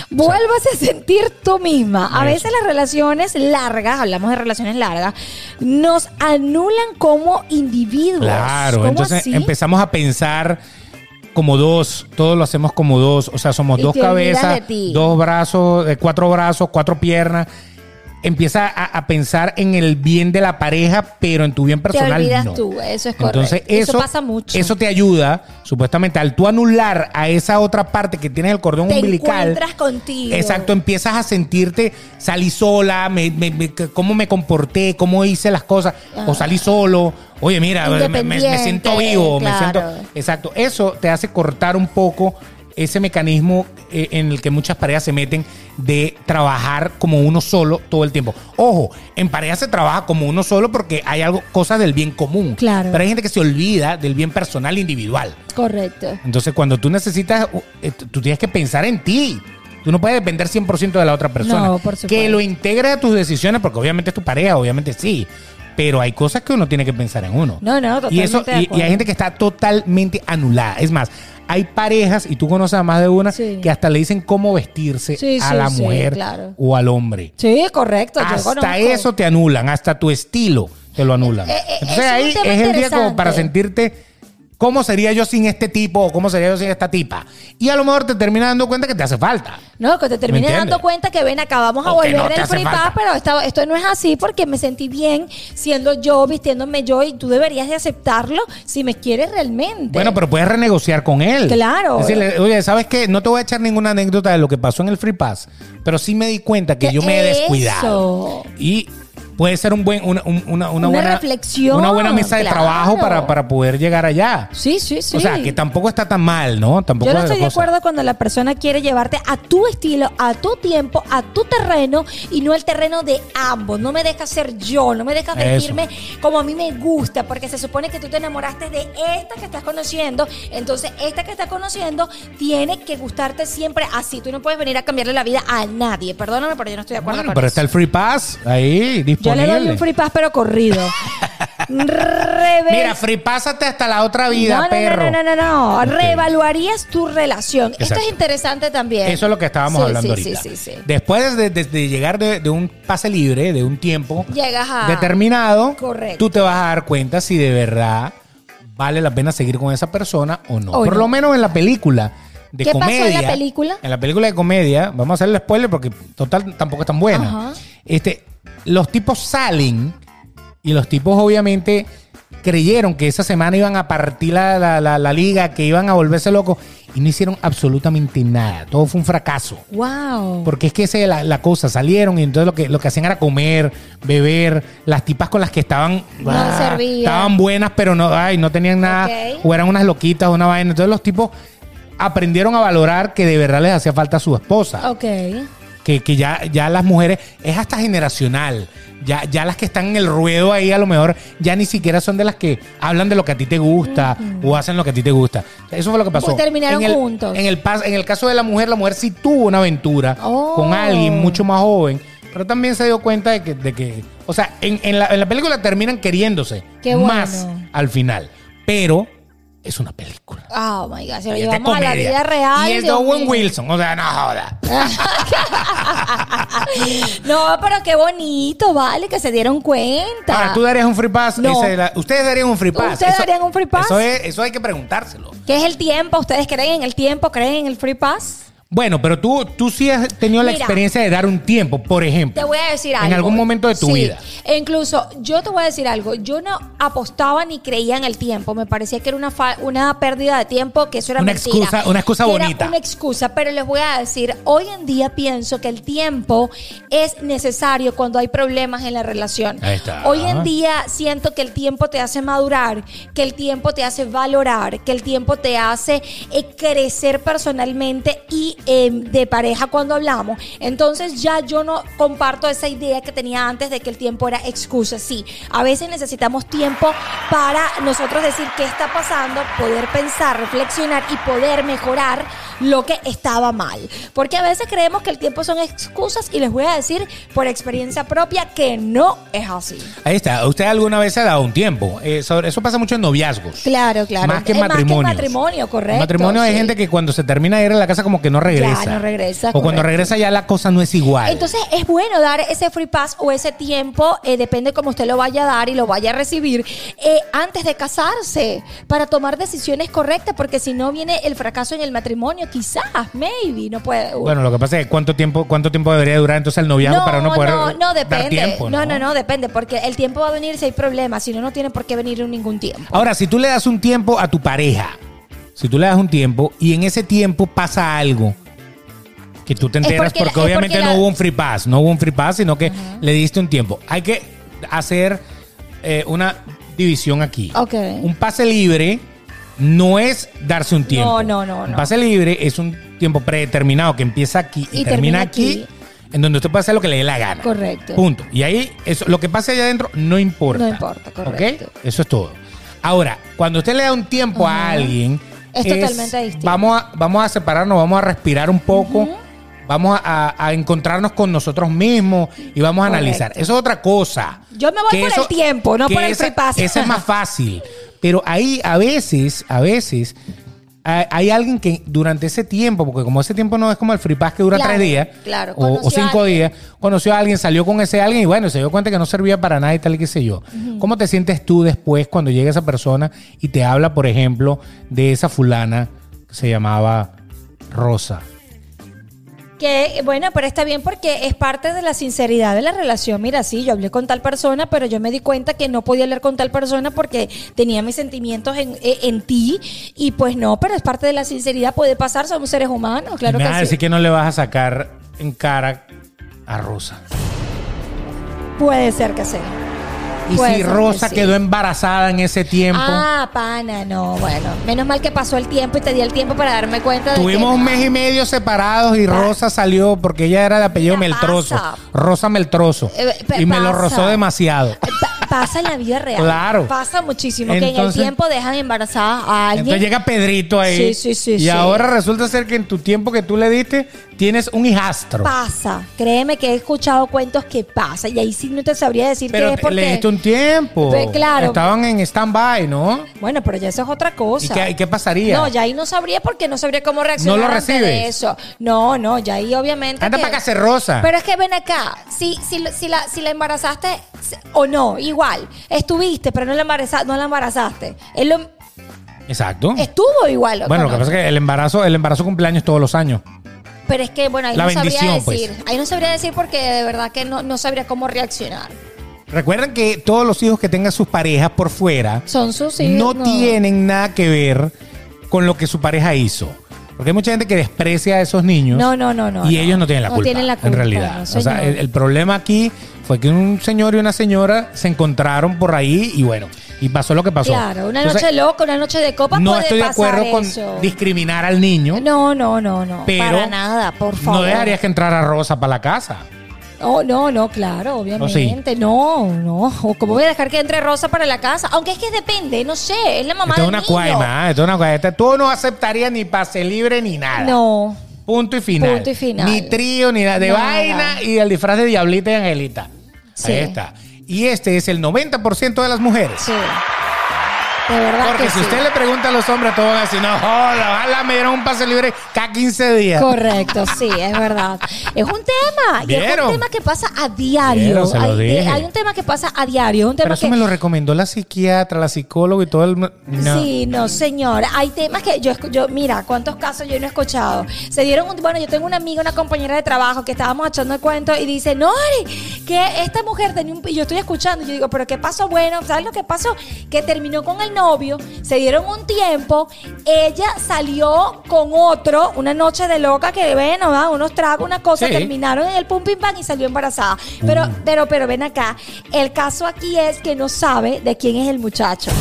[SPEAKER 2] Vuélvase a sentir tú misma. A
[SPEAKER 1] Eso.
[SPEAKER 2] veces las relaciones largas, hablamos de relaciones largas, nos anulan como individuos.
[SPEAKER 1] Claro,
[SPEAKER 2] ¿Cómo
[SPEAKER 1] entonces
[SPEAKER 2] así?
[SPEAKER 1] empezamos a pensar como dos, todos lo hacemos como dos, o sea, somos
[SPEAKER 2] Y
[SPEAKER 1] dos
[SPEAKER 2] te olvidas
[SPEAKER 1] cabezas,
[SPEAKER 2] de ti.
[SPEAKER 1] dos brazos, eh, cuatro brazos, cuatro piernas. Empieza a, a pensar en el bien de la pareja, pero en tu bien personal.
[SPEAKER 2] olvidas
[SPEAKER 1] no.
[SPEAKER 2] tú, eso es correcto.
[SPEAKER 1] Entonces, eso,
[SPEAKER 2] Eso pasa mucho.
[SPEAKER 1] Eso te ayuda, supuestamente, al tú anular a esa otra parte que tienes el cordón
[SPEAKER 2] Te
[SPEAKER 1] umbilical.
[SPEAKER 2] encuentras contigo.
[SPEAKER 1] Exacto, empiezas a sentirte, salí sola, me- me- me- cómo me comporté, cómo hice las cosas, o salí solo, oye, mira, me, me- me siento
[SPEAKER 2] Ah. Independiente,
[SPEAKER 1] vivo, me
[SPEAKER 2] claro.
[SPEAKER 1] siento... Exacto, eso te hace cortar un poco ese mecanismo eh, en el que muchas parejas se meten de trabajar como uno solo todo el tiempo. Ojo, en parejas se trabaja como uno solo porque hay algo, cosas del bien común.
[SPEAKER 2] Claro.
[SPEAKER 1] Pero hay gente que se olvida del bien personal individual.
[SPEAKER 2] Correcto.
[SPEAKER 1] Entonces, cuando tú necesitas, uh, eh, tú tú tienes que pensar en ti. Tú no puedes depender 100% de la otra persona.
[SPEAKER 2] No, por supuesto.
[SPEAKER 1] Que lo integre a tus decisiones, porque obviamente es tu pareja, obviamente sí. Pero hay cosas que uno tiene que pensar en uno.
[SPEAKER 2] No, no,
[SPEAKER 1] Y, eso,
[SPEAKER 2] totalmente de
[SPEAKER 1] y- y,
[SPEAKER 2] acuerdo.
[SPEAKER 1] hay gente que está totalmente anulada. Es más, hay parejas, y tú conoces a más de una,
[SPEAKER 2] Sí.
[SPEAKER 1] que hasta le dicen cómo vestirse
[SPEAKER 2] Sí,
[SPEAKER 1] a
[SPEAKER 2] sí,
[SPEAKER 1] la
[SPEAKER 2] sí,
[SPEAKER 1] mujer
[SPEAKER 2] claro.
[SPEAKER 1] o al hombre.
[SPEAKER 2] Sí, correcto. yo conozco.
[SPEAKER 1] Hasta eso te anulan, hasta tu estilo te lo anulan.
[SPEAKER 2] Eh, eh,
[SPEAKER 1] Entonces
[SPEAKER 2] es un
[SPEAKER 1] ahí
[SPEAKER 2] tema
[SPEAKER 1] es el día como
[SPEAKER 2] interesante.
[SPEAKER 1] para sentirte cómo sería yo sin este tipo o cómo sería yo sin esta tipa. Y a lo mejor te terminas dando cuenta que te hace falta.
[SPEAKER 2] No, que te termines
[SPEAKER 1] entiendes?
[SPEAKER 2] dando cuenta que ven acá, vamos a
[SPEAKER 1] O que
[SPEAKER 2] volver
[SPEAKER 1] no te
[SPEAKER 2] el
[SPEAKER 1] hace
[SPEAKER 2] free pass,
[SPEAKER 1] falta.
[SPEAKER 2] pero esta- esto no es así porque me sentí bien siendo yo, vistiéndome yo y tú deberías de aceptarlo si me quieres realmente.
[SPEAKER 1] Bueno, pero puedes renegociar con él.
[SPEAKER 2] Claro.
[SPEAKER 1] Decirle, oye, ¿sabes qué? No te voy a echar ninguna anécdota de lo que pasó en el Free Pass, pero sí me di cuenta que
[SPEAKER 2] ¿Qué
[SPEAKER 1] yo me he descuidado.
[SPEAKER 2] eso?
[SPEAKER 1] Y puede ser un buen, una, un- una- una
[SPEAKER 2] Una
[SPEAKER 1] buena
[SPEAKER 2] reflexión,
[SPEAKER 1] Una buena mesa de
[SPEAKER 2] claro.
[SPEAKER 1] trabajo para, para poder llegar allá.
[SPEAKER 2] Sí, sí, sí.
[SPEAKER 1] O sea, que tampoco está tan mal, ¿no? Tampoco
[SPEAKER 2] Yo no
[SPEAKER 1] es la
[SPEAKER 2] estoy de
[SPEAKER 1] cosa.
[SPEAKER 2] acuerdo cuando la persona quiere llevarte a tu estilo, a tu tiempo, a tu terreno y no el terreno de ambos. No me deja ser yo, no me deja
[SPEAKER 1] Eso.
[SPEAKER 2] vestirme como a mí me gusta, porque se supone que tú te enamoraste de esta que estás conociendo. Entonces, esta que estás conociendo tiene que gustarte siempre así. Tú no puedes venir a cambiarle la vida a nadie. Perdóname, pero yo no estoy de acuerdo
[SPEAKER 1] Bueno,
[SPEAKER 2] con
[SPEAKER 1] pero
[SPEAKER 2] eso.
[SPEAKER 1] está el free pass ahí
[SPEAKER 2] Yo
[SPEAKER 1] disponible.
[SPEAKER 2] le doy un free pass, pero corrido. Reversa.
[SPEAKER 1] Mira, free pásate hasta la otra vida,
[SPEAKER 2] no, no,
[SPEAKER 1] perro.
[SPEAKER 2] No, no, no, no, no.
[SPEAKER 1] Ok.
[SPEAKER 2] Reevaluarías tu relación. Esto
[SPEAKER 1] Exacto.
[SPEAKER 2] es interesante también.
[SPEAKER 1] Eso es lo que estábamos
[SPEAKER 2] Sí,
[SPEAKER 1] hablando
[SPEAKER 2] sí,
[SPEAKER 1] ahorita.
[SPEAKER 2] Sí, sí, sí.
[SPEAKER 1] Después de, de- de llegar de, de un pase libre, de un tiempo
[SPEAKER 2] Llegas a.
[SPEAKER 1] determinado,
[SPEAKER 2] Correcto.
[SPEAKER 1] tú te vas a dar cuenta si de verdad vale la pena seguir con esa persona o no.
[SPEAKER 2] O
[SPEAKER 1] Por
[SPEAKER 2] no.
[SPEAKER 1] lo menos en la película de
[SPEAKER 2] ¿Qué pasó en
[SPEAKER 1] comedia.
[SPEAKER 2] la película?
[SPEAKER 1] En la película de comedia, vamos a hacerle spoiler porque total tampoco es tan buena.
[SPEAKER 2] Ajá.
[SPEAKER 1] Este, los tipos salen y los tipos obviamente creyeron que esa semana iban a partir la, la- la- la liga, que iban a volverse locos y no hicieron absolutamente nada. Todo fue un fracaso.
[SPEAKER 2] Wow.
[SPEAKER 1] Porque es que esa es la, la cosa, salieron y entonces lo que, lo que hacían era comer, beber, las tipas con las que estaban ah,
[SPEAKER 2] No servían.
[SPEAKER 1] estaban buenas, pero no, ay, no tenían nada,
[SPEAKER 2] Ok.
[SPEAKER 1] o eran unas loquitas, una vaina. Entonces los tipos aprendieron a valorar que de verdad les hacía falta su esposa.
[SPEAKER 2] Ok.
[SPEAKER 1] Que, que ya, ya las mujeres, es hasta generacional. Ya, ya las que están en el ruedo ahí a lo mejor ya ni siquiera son de las que hablan de lo que a ti te gusta o hacen lo que a ti te gusta. Eso fue lo que pasó.
[SPEAKER 2] Pues terminaron
[SPEAKER 1] en el,
[SPEAKER 2] juntos.
[SPEAKER 1] En el, pas- en el caso de la mujer, la mujer sí tuvo una aventura
[SPEAKER 2] Oh.
[SPEAKER 1] con alguien mucho más joven. pero también se dio cuenta de que, de que o sea, en, en la, en la película terminan queriéndose
[SPEAKER 2] Qué bueno.
[SPEAKER 1] más al final, pero es una película.
[SPEAKER 2] Oh my God, se lo
[SPEAKER 1] Y Este es de
[SPEAKER 2] llevamos a la
[SPEAKER 1] comedia.
[SPEAKER 2] vida real.
[SPEAKER 1] Y es de
[SPEAKER 2] Dios
[SPEAKER 1] Owen
[SPEAKER 2] mío.
[SPEAKER 1] Wilson, o sea, no joda.
[SPEAKER 2] No, pero qué bonito, vale, que se dieron cuenta.
[SPEAKER 1] Ahora, tú darías un free pass.
[SPEAKER 2] No.
[SPEAKER 1] Esa es la- ustedes darían un free pass.
[SPEAKER 2] ¿Ustedes darían un free pass?
[SPEAKER 1] Eso, es- eso hay que preguntárselo.
[SPEAKER 2] ¿Qué es el tiempo? ¿Ustedes creen en el tiempo? ¿Creen en el free pass?
[SPEAKER 1] Bueno, pero tú, tú sí has tenido la
[SPEAKER 2] Mira.
[SPEAKER 1] experiencia de dar un tiempo, por ejemplo.
[SPEAKER 2] Te voy a decir
[SPEAKER 1] En
[SPEAKER 2] algo.
[SPEAKER 1] algún momento de tu
[SPEAKER 2] Sí.
[SPEAKER 1] vida.
[SPEAKER 2] E incluso, yo te voy a decir algo. Yo no apostaba ni creía en el tiempo. Me parecía que era una, fa- una pérdida de tiempo, que eso era
[SPEAKER 1] Una
[SPEAKER 2] mentira.
[SPEAKER 1] excusa- una excusa
[SPEAKER 2] Que era
[SPEAKER 1] bonita.
[SPEAKER 2] una excusa, pero les voy a decir, hoy en día pienso que el tiempo es necesario cuando hay problemas en la relación.
[SPEAKER 1] Ahí está.
[SPEAKER 2] Hoy en día siento que el tiempo te hace madurar, que el tiempo te hace valorar, que el tiempo te hace eh, crecer personalmente y eh, de pareja cuando hablamos. Entonces ya yo no comparto esa idea que tenía antes de que el tiempo era excusa. Sí, a veces necesitamos tiempo para nosotros decir qué está pasando, poder pensar, reflexionar y poder mejorar lo que estaba mal. Porque a veces creemos que el tiempo son excusas y les voy a decir por experiencia propia que no es así.
[SPEAKER 1] Ahí está. Usted alguna vez se ha dado un tiempo. Eh, sobre- eso pasa mucho en noviazgos.
[SPEAKER 2] Claro, claro.
[SPEAKER 1] Más que
[SPEAKER 2] Eh,
[SPEAKER 1] en matrimonio.
[SPEAKER 2] matrimonio, correcto.
[SPEAKER 1] matrimonio hay
[SPEAKER 2] sí.
[SPEAKER 1] gente que cuando se termina de ir a la casa como que no regresa.
[SPEAKER 2] Ya, no regresa,
[SPEAKER 1] O cuando
[SPEAKER 2] correcto.
[SPEAKER 1] regresa ya la cosa no es igual.
[SPEAKER 2] Entonces es bueno dar ese free pass o ese tiempo, eh, depende cómo usted lo vaya a dar y lo vaya a recibir, eh, antes de casarse, para tomar decisiones correctas, porque si no viene el fracaso en el matrimonio, quizás, maybe, no puede. uh.
[SPEAKER 1] bueno, lo que pasa es que cuánto tiempo, cuánto tiempo debería durar entonces el noviazgo para no poder
[SPEAKER 2] no, no, depende.
[SPEAKER 1] dar tiempo.
[SPEAKER 2] no, no, no, depende, porque el tiempo va a venir si hay problemas, si no, no tiene por qué venir en ningún tiempo.
[SPEAKER 1] Ahora, si tú le das un tiempo a tu pareja, si tú le das un tiempo y en ese tiempo pasa algo que tú te
[SPEAKER 2] Es
[SPEAKER 1] enteras
[SPEAKER 2] porque
[SPEAKER 1] porque,
[SPEAKER 2] la- es
[SPEAKER 1] obviamente
[SPEAKER 2] porque la-
[SPEAKER 1] no hubo un free pass, no hubo un free pass, sino que le diste un tiempo. Hay que hacer eh, una división aquí.
[SPEAKER 2] Ok.
[SPEAKER 1] Un pase libre no es darse un tiempo.
[SPEAKER 2] no, no,
[SPEAKER 1] Un
[SPEAKER 2] no.
[SPEAKER 1] pase libre es un tiempo predeterminado que empieza aquí y,
[SPEAKER 2] Y
[SPEAKER 1] termina,
[SPEAKER 2] termina
[SPEAKER 1] aquí,
[SPEAKER 2] aquí.
[SPEAKER 1] en donde usted puede hacer lo que le dé la gana.
[SPEAKER 2] Correcto.
[SPEAKER 1] Punto. Y ahí, eso, lo que pase allá adentro no importa.
[SPEAKER 2] No importa, correcto.
[SPEAKER 1] ¿Ok? Eso es todo. Ahora, cuando usted le da un tiempo a alguien.
[SPEAKER 2] Es totalmente distinto.
[SPEAKER 1] Vamos a, vamos a separarnos, vamos a respirar un poco. Vamos a, a- a encontrarnos con nosotros mismos y vamos a
[SPEAKER 2] Correcto.
[SPEAKER 1] analizar. Eso es otra cosa.
[SPEAKER 2] Yo me voy por el tiempo, no
[SPEAKER 1] que
[SPEAKER 2] por el
[SPEAKER 1] esa-
[SPEAKER 2] free pass.
[SPEAKER 1] Esa es más fácil. Pero ahí a veces, a veces, hay, hay alguien que durante ese tiempo, porque como ese tiempo no es como el free pass que dura
[SPEAKER 2] Claro,
[SPEAKER 1] tres días
[SPEAKER 2] claro.
[SPEAKER 1] o- o,
[SPEAKER 2] Conoció a
[SPEAKER 1] cinco
[SPEAKER 2] alguien.
[SPEAKER 1] días, conoció a alguien, salió con ese alguien y bueno, se dio cuenta que no servía para nada y tal y qué sé yo. ¿Cómo te sientes tú después cuando llega esa persona y te habla, por ejemplo, de esa fulana que se llamaba Rosa?
[SPEAKER 2] Que bueno, pero está bien porque es parte de la sinceridad de la relación. Mira, sí, yo hablé con tal persona, pero yo me di cuenta que no podía hablar con tal persona porque tenía mis sentimientos en, eh, en ti. Y pues no, pero es parte de la sinceridad, puede pasar, somos seres humanos, claro
[SPEAKER 1] Y me vas a
[SPEAKER 2] que sí.
[SPEAKER 1] decir que no le vas a sacar en cara a Rosa.
[SPEAKER 2] Puede ser que sea.
[SPEAKER 1] Y
[SPEAKER 2] Puede
[SPEAKER 1] si
[SPEAKER 2] ser que
[SPEAKER 1] Rosa
[SPEAKER 2] Pues, sí.
[SPEAKER 1] quedó embarazada en ese tiempo,
[SPEAKER 2] Ah, pana, no, bueno. Menos mal que pasó el tiempo y te di el tiempo para darme cuenta de
[SPEAKER 1] tuvimos
[SPEAKER 2] que-
[SPEAKER 1] un mes y medio separados y Rosa salió porque ella era de apellido
[SPEAKER 2] Mira,
[SPEAKER 1] Meltroso.
[SPEAKER 2] pasa.
[SPEAKER 1] Rosa Meltroso.
[SPEAKER 2] Eh, pe-
[SPEAKER 1] y me lo
[SPEAKER 2] pasa.
[SPEAKER 1] rozó demasiado.
[SPEAKER 2] Pa- Pasa en la vida real.
[SPEAKER 1] Claro.
[SPEAKER 2] Pasa muchísimo. que en el
[SPEAKER 1] Entonces-
[SPEAKER 2] tiempo dejan embarazada a alguien.
[SPEAKER 1] Entonces llega Pedrito ahí.
[SPEAKER 2] Sí, sí, sí,
[SPEAKER 1] Y
[SPEAKER 2] sí.
[SPEAKER 1] ahora resulta ser que en tu tiempo que tú le diste, tienes un hijastro.
[SPEAKER 2] Pasa, créeme que he escuchado cuentos que pasa y ahí sí no te sabría decir
[SPEAKER 1] pero
[SPEAKER 2] que es
[SPEAKER 1] te- le
[SPEAKER 2] porque
[SPEAKER 1] diste un tiempo.
[SPEAKER 2] Pues, claro.
[SPEAKER 1] Estaban en stand-by, ¿no?
[SPEAKER 2] bueno, pero ya eso es otra
[SPEAKER 1] ¿Y,
[SPEAKER 2] cosa.
[SPEAKER 1] qué, y qué pasaría?
[SPEAKER 2] no, ya ahí no sabría porque no sabría cómo
[SPEAKER 1] No
[SPEAKER 2] reaccionar
[SPEAKER 1] lo
[SPEAKER 2] ante
[SPEAKER 1] recibes.
[SPEAKER 2] de eso. No, no, ya ahí obviamente
[SPEAKER 1] Anda
[SPEAKER 2] que-
[SPEAKER 1] para casa, Rosa.
[SPEAKER 2] Pero es que ven acá, si, si, si, la, si la embarazaste si- o no, igual, estuviste, pero no la, embaraza, no la embarazaste. Él lo-
[SPEAKER 1] Exacto.
[SPEAKER 2] estuvo igual.
[SPEAKER 1] Bueno, lo
[SPEAKER 2] ¿no?
[SPEAKER 1] que pasa es que el embarazo, el embarazo cumpleaños todos los años.
[SPEAKER 2] Pero es que, bueno, ahí
[SPEAKER 1] La
[SPEAKER 2] no sabría
[SPEAKER 1] bendición, pues.
[SPEAKER 2] decir. Ahí no sabría decir porque de verdad que no, no sabría cómo reaccionar.
[SPEAKER 1] Recuerden que todos los hijos que tengan sus parejas por fuera
[SPEAKER 2] Son sus hijos.
[SPEAKER 1] no tienen nada que ver con lo que su pareja hizo. Porque hay mucha gente que desprecia a esos niños.
[SPEAKER 2] No, no, no, no.
[SPEAKER 1] y ellos no tienen la culpa.
[SPEAKER 2] tienen la
[SPEAKER 1] En
[SPEAKER 2] culpa,
[SPEAKER 1] realidad.
[SPEAKER 2] no,
[SPEAKER 1] o sea,
[SPEAKER 2] señor.
[SPEAKER 1] el, el problema aquí fue que un señor y una señora se encontraron por ahí y bueno, y pasó lo que pasó.
[SPEAKER 2] Claro, una
[SPEAKER 1] Entonces,
[SPEAKER 2] noche loca, una noche de copa
[SPEAKER 1] No
[SPEAKER 2] puede
[SPEAKER 1] estoy de
[SPEAKER 2] pasar
[SPEAKER 1] acuerdo con
[SPEAKER 2] eso.
[SPEAKER 1] discriminar al niño.
[SPEAKER 2] No, no, no, no.
[SPEAKER 1] Pero
[SPEAKER 2] para nada, por favor.
[SPEAKER 1] No dejarías que entrara Rosa para la casa.
[SPEAKER 2] Oh, no, no, claro, obviamente. No, no. O ¿Cómo voy a dejar que entre Rosa para la casa? Aunque es que depende, no sé, es la mamá
[SPEAKER 1] Esto es
[SPEAKER 2] del
[SPEAKER 1] una
[SPEAKER 2] niño.
[SPEAKER 1] cuaima, ¿eh? esto es una cuaima. Esto- Tú no aceptarías ni pase libre ni nada.
[SPEAKER 2] No.
[SPEAKER 1] Punto y final.
[SPEAKER 2] Punto y final.
[SPEAKER 1] Ni trío, ni nada. De
[SPEAKER 2] Nada.
[SPEAKER 1] vaina y el disfraz de Diablita y Angelita.
[SPEAKER 2] Sí.
[SPEAKER 1] Ahí está. Y este es el 90% de las mujeres.
[SPEAKER 2] Sí. De verdad
[SPEAKER 1] Porque
[SPEAKER 2] que
[SPEAKER 1] si
[SPEAKER 2] sí.
[SPEAKER 1] usted le pregunta a los hombres, todos van a decir, no, joda, ojalá me dieron un pase libre cada 15 días.
[SPEAKER 2] Correcto, sí, es verdad. Es un tema. Y es
[SPEAKER 1] ¿Vieron?
[SPEAKER 2] un tema que pasa a diario.
[SPEAKER 1] Vieron, se lo
[SPEAKER 2] hay, eh,
[SPEAKER 1] dije.
[SPEAKER 2] hay un tema que pasa a diario. es Un
[SPEAKER 1] Pero
[SPEAKER 2] tema
[SPEAKER 1] eso
[SPEAKER 2] que.
[SPEAKER 1] me lo recomendó la psiquiatra, la psicóloga y todo el... mu- No.
[SPEAKER 2] Sí, no, señor. Hay temas que yo, escu- yo, mira, cuántos casos yo no he escuchado. Se dieron, un, bueno, yo tengo una amiga, una compañera de trabajo que estábamos echando el cuento y dice, Nori, que esta mujer tenía un, y yo estoy escuchando, y yo digo, pero ¿qué pasó? Bueno, ¿sabes lo que pasó? Que terminó con el novio, se dieron un tiempo, ella salió con otro, una noche de loca que, bueno, ¿verdad? unos tragos, una cosa,
[SPEAKER 1] Sí. Mm.
[SPEAKER 2] terminaron en el pum pim pam y salió embarazada. Pero, pero, pero ven acá, el caso aquí es que no sabe de quién es el muchacho.